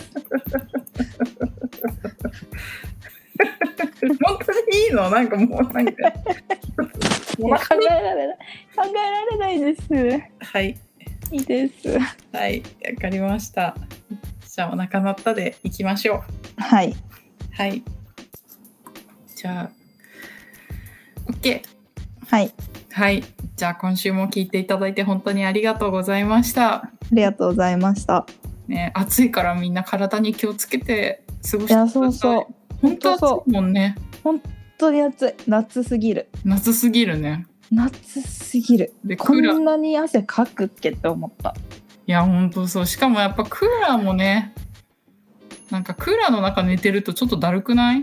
[SPEAKER 2] 本当にいいのなんかもう、なんか。お
[SPEAKER 1] 考
[SPEAKER 2] 腹
[SPEAKER 1] え
[SPEAKER 2] に。
[SPEAKER 1] られない考えられないです
[SPEAKER 2] [LAUGHS] はい。
[SPEAKER 1] いいです
[SPEAKER 2] はい。わかりました。じゃあ、お腹鳴ったでいきましょう。
[SPEAKER 1] はい
[SPEAKER 2] はい。じゃあ、OK。
[SPEAKER 1] はいあ
[SPEAKER 2] はい。じゃあ、今週も聞いていただいて本当にありがとうございました。
[SPEAKER 1] りがとうございました
[SPEAKER 2] ね、暑いからみんな体に気をつけて過ご
[SPEAKER 1] い
[SPEAKER 2] してくだ
[SPEAKER 1] や
[SPEAKER 2] さい。
[SPEAKER 1] そうそう本
[SPEAKER 2] 本当暑いもんね。
[SPEAKER 1] 当に暑い夏すぎる
[SPEAKER 2] 夏すぎるね。
[SPEAKER 1] 夏すぎる
[SPEAKER 2] で、ク
[SPEAKER 1] こ
[SPEAKER 2] ーラー。い
[SPEAKER 1] んなに汗かくっけって思った
[SPEAKER 2] や、本当そう。しかもやっぱクーラーもね、なんかクーラーの中寝てるとちょっとだるくない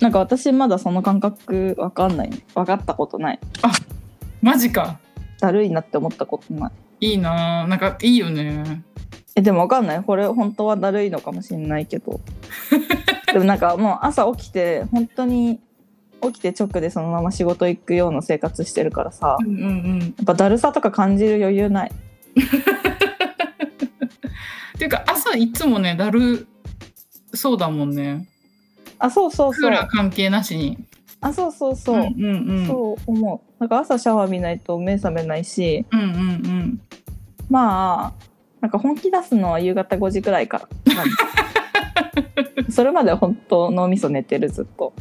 [SPEAKER 1] なんか私まだその感覚わかんないねわかったことない
[SPEAKER 2] マジか。
[SPEAKER 1] だるいなって思ったことない
[SPEAKER 2] いいなぁ。なんかいいよね。
[SPEAKER 1] えでもわかんないこれ本当はだるいのかもしれないけ
[SPEAKER 2] [LAUGHS]
[SPEAKER 1] どでもなんかもう朝起きて本当に起きて直でそのまま仕事行くような生活してるからさ
[SPEAKER 2] うんうんうん。
[SPEAKER 1] やっぱだるさとか感じる余裕ない
[SPEAKER 2] っていうか朝いつもね、だるそうだもんね。
[SPEAKER 1] あそうそう
[SPEAKER 2] クー
[SPEAKER 1] そう
[SPEAKER 2] ラー関係なしに。
[SPEAKER 1] あそうそうそう、
[SPEAKER 2] うんうんうん。
[SPEAKER 1] そう思うなんか朝シャワー浴びないと目覚めないし
[SPEAKER 2] うんうん
[SPEAKER 1] まあなんか本気出すのは夕方5時くらいから
[SPEAKER 2] [LAUGHS]
[SPEAKER 1] なんでそれまでは本当脳みそ寝てるずっ
[SPEAKER 2] [LAUGHS]
[SPEAKER 1] と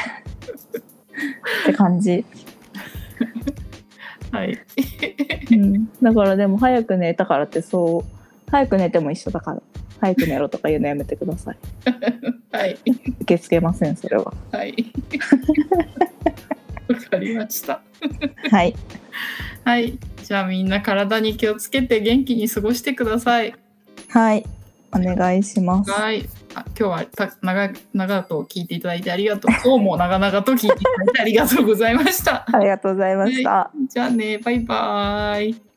[SPEAKER 1] って感じ、
[SPEAKER 2] うん。はい。
[SPEAKER 1] うん、だからでも早く寝たからってそう早く寝ても一緒だから早く寝ろとか言うのやめてください
[SPEAKER 2] はい。
[SPEAKER 1] 受け付けませんそれは
[SPEAKER 2] [LAUGHS] はい。わかりました。
[SPEAKER 1] はい
[SPEAKER 2] はい。じゃあみんな体に気をつけて元気に過ごしてください。
[SPEAKER 1] はいお願いします
[SPEAKER 2] はい。あ今日はた長々と聞いていただいてありがとう。今日も長々と聞いていただいてありがとうございました。
[SPEAKER 1] ありがとうございました、
[SPEAKER 2] じゃあね、バイバイ。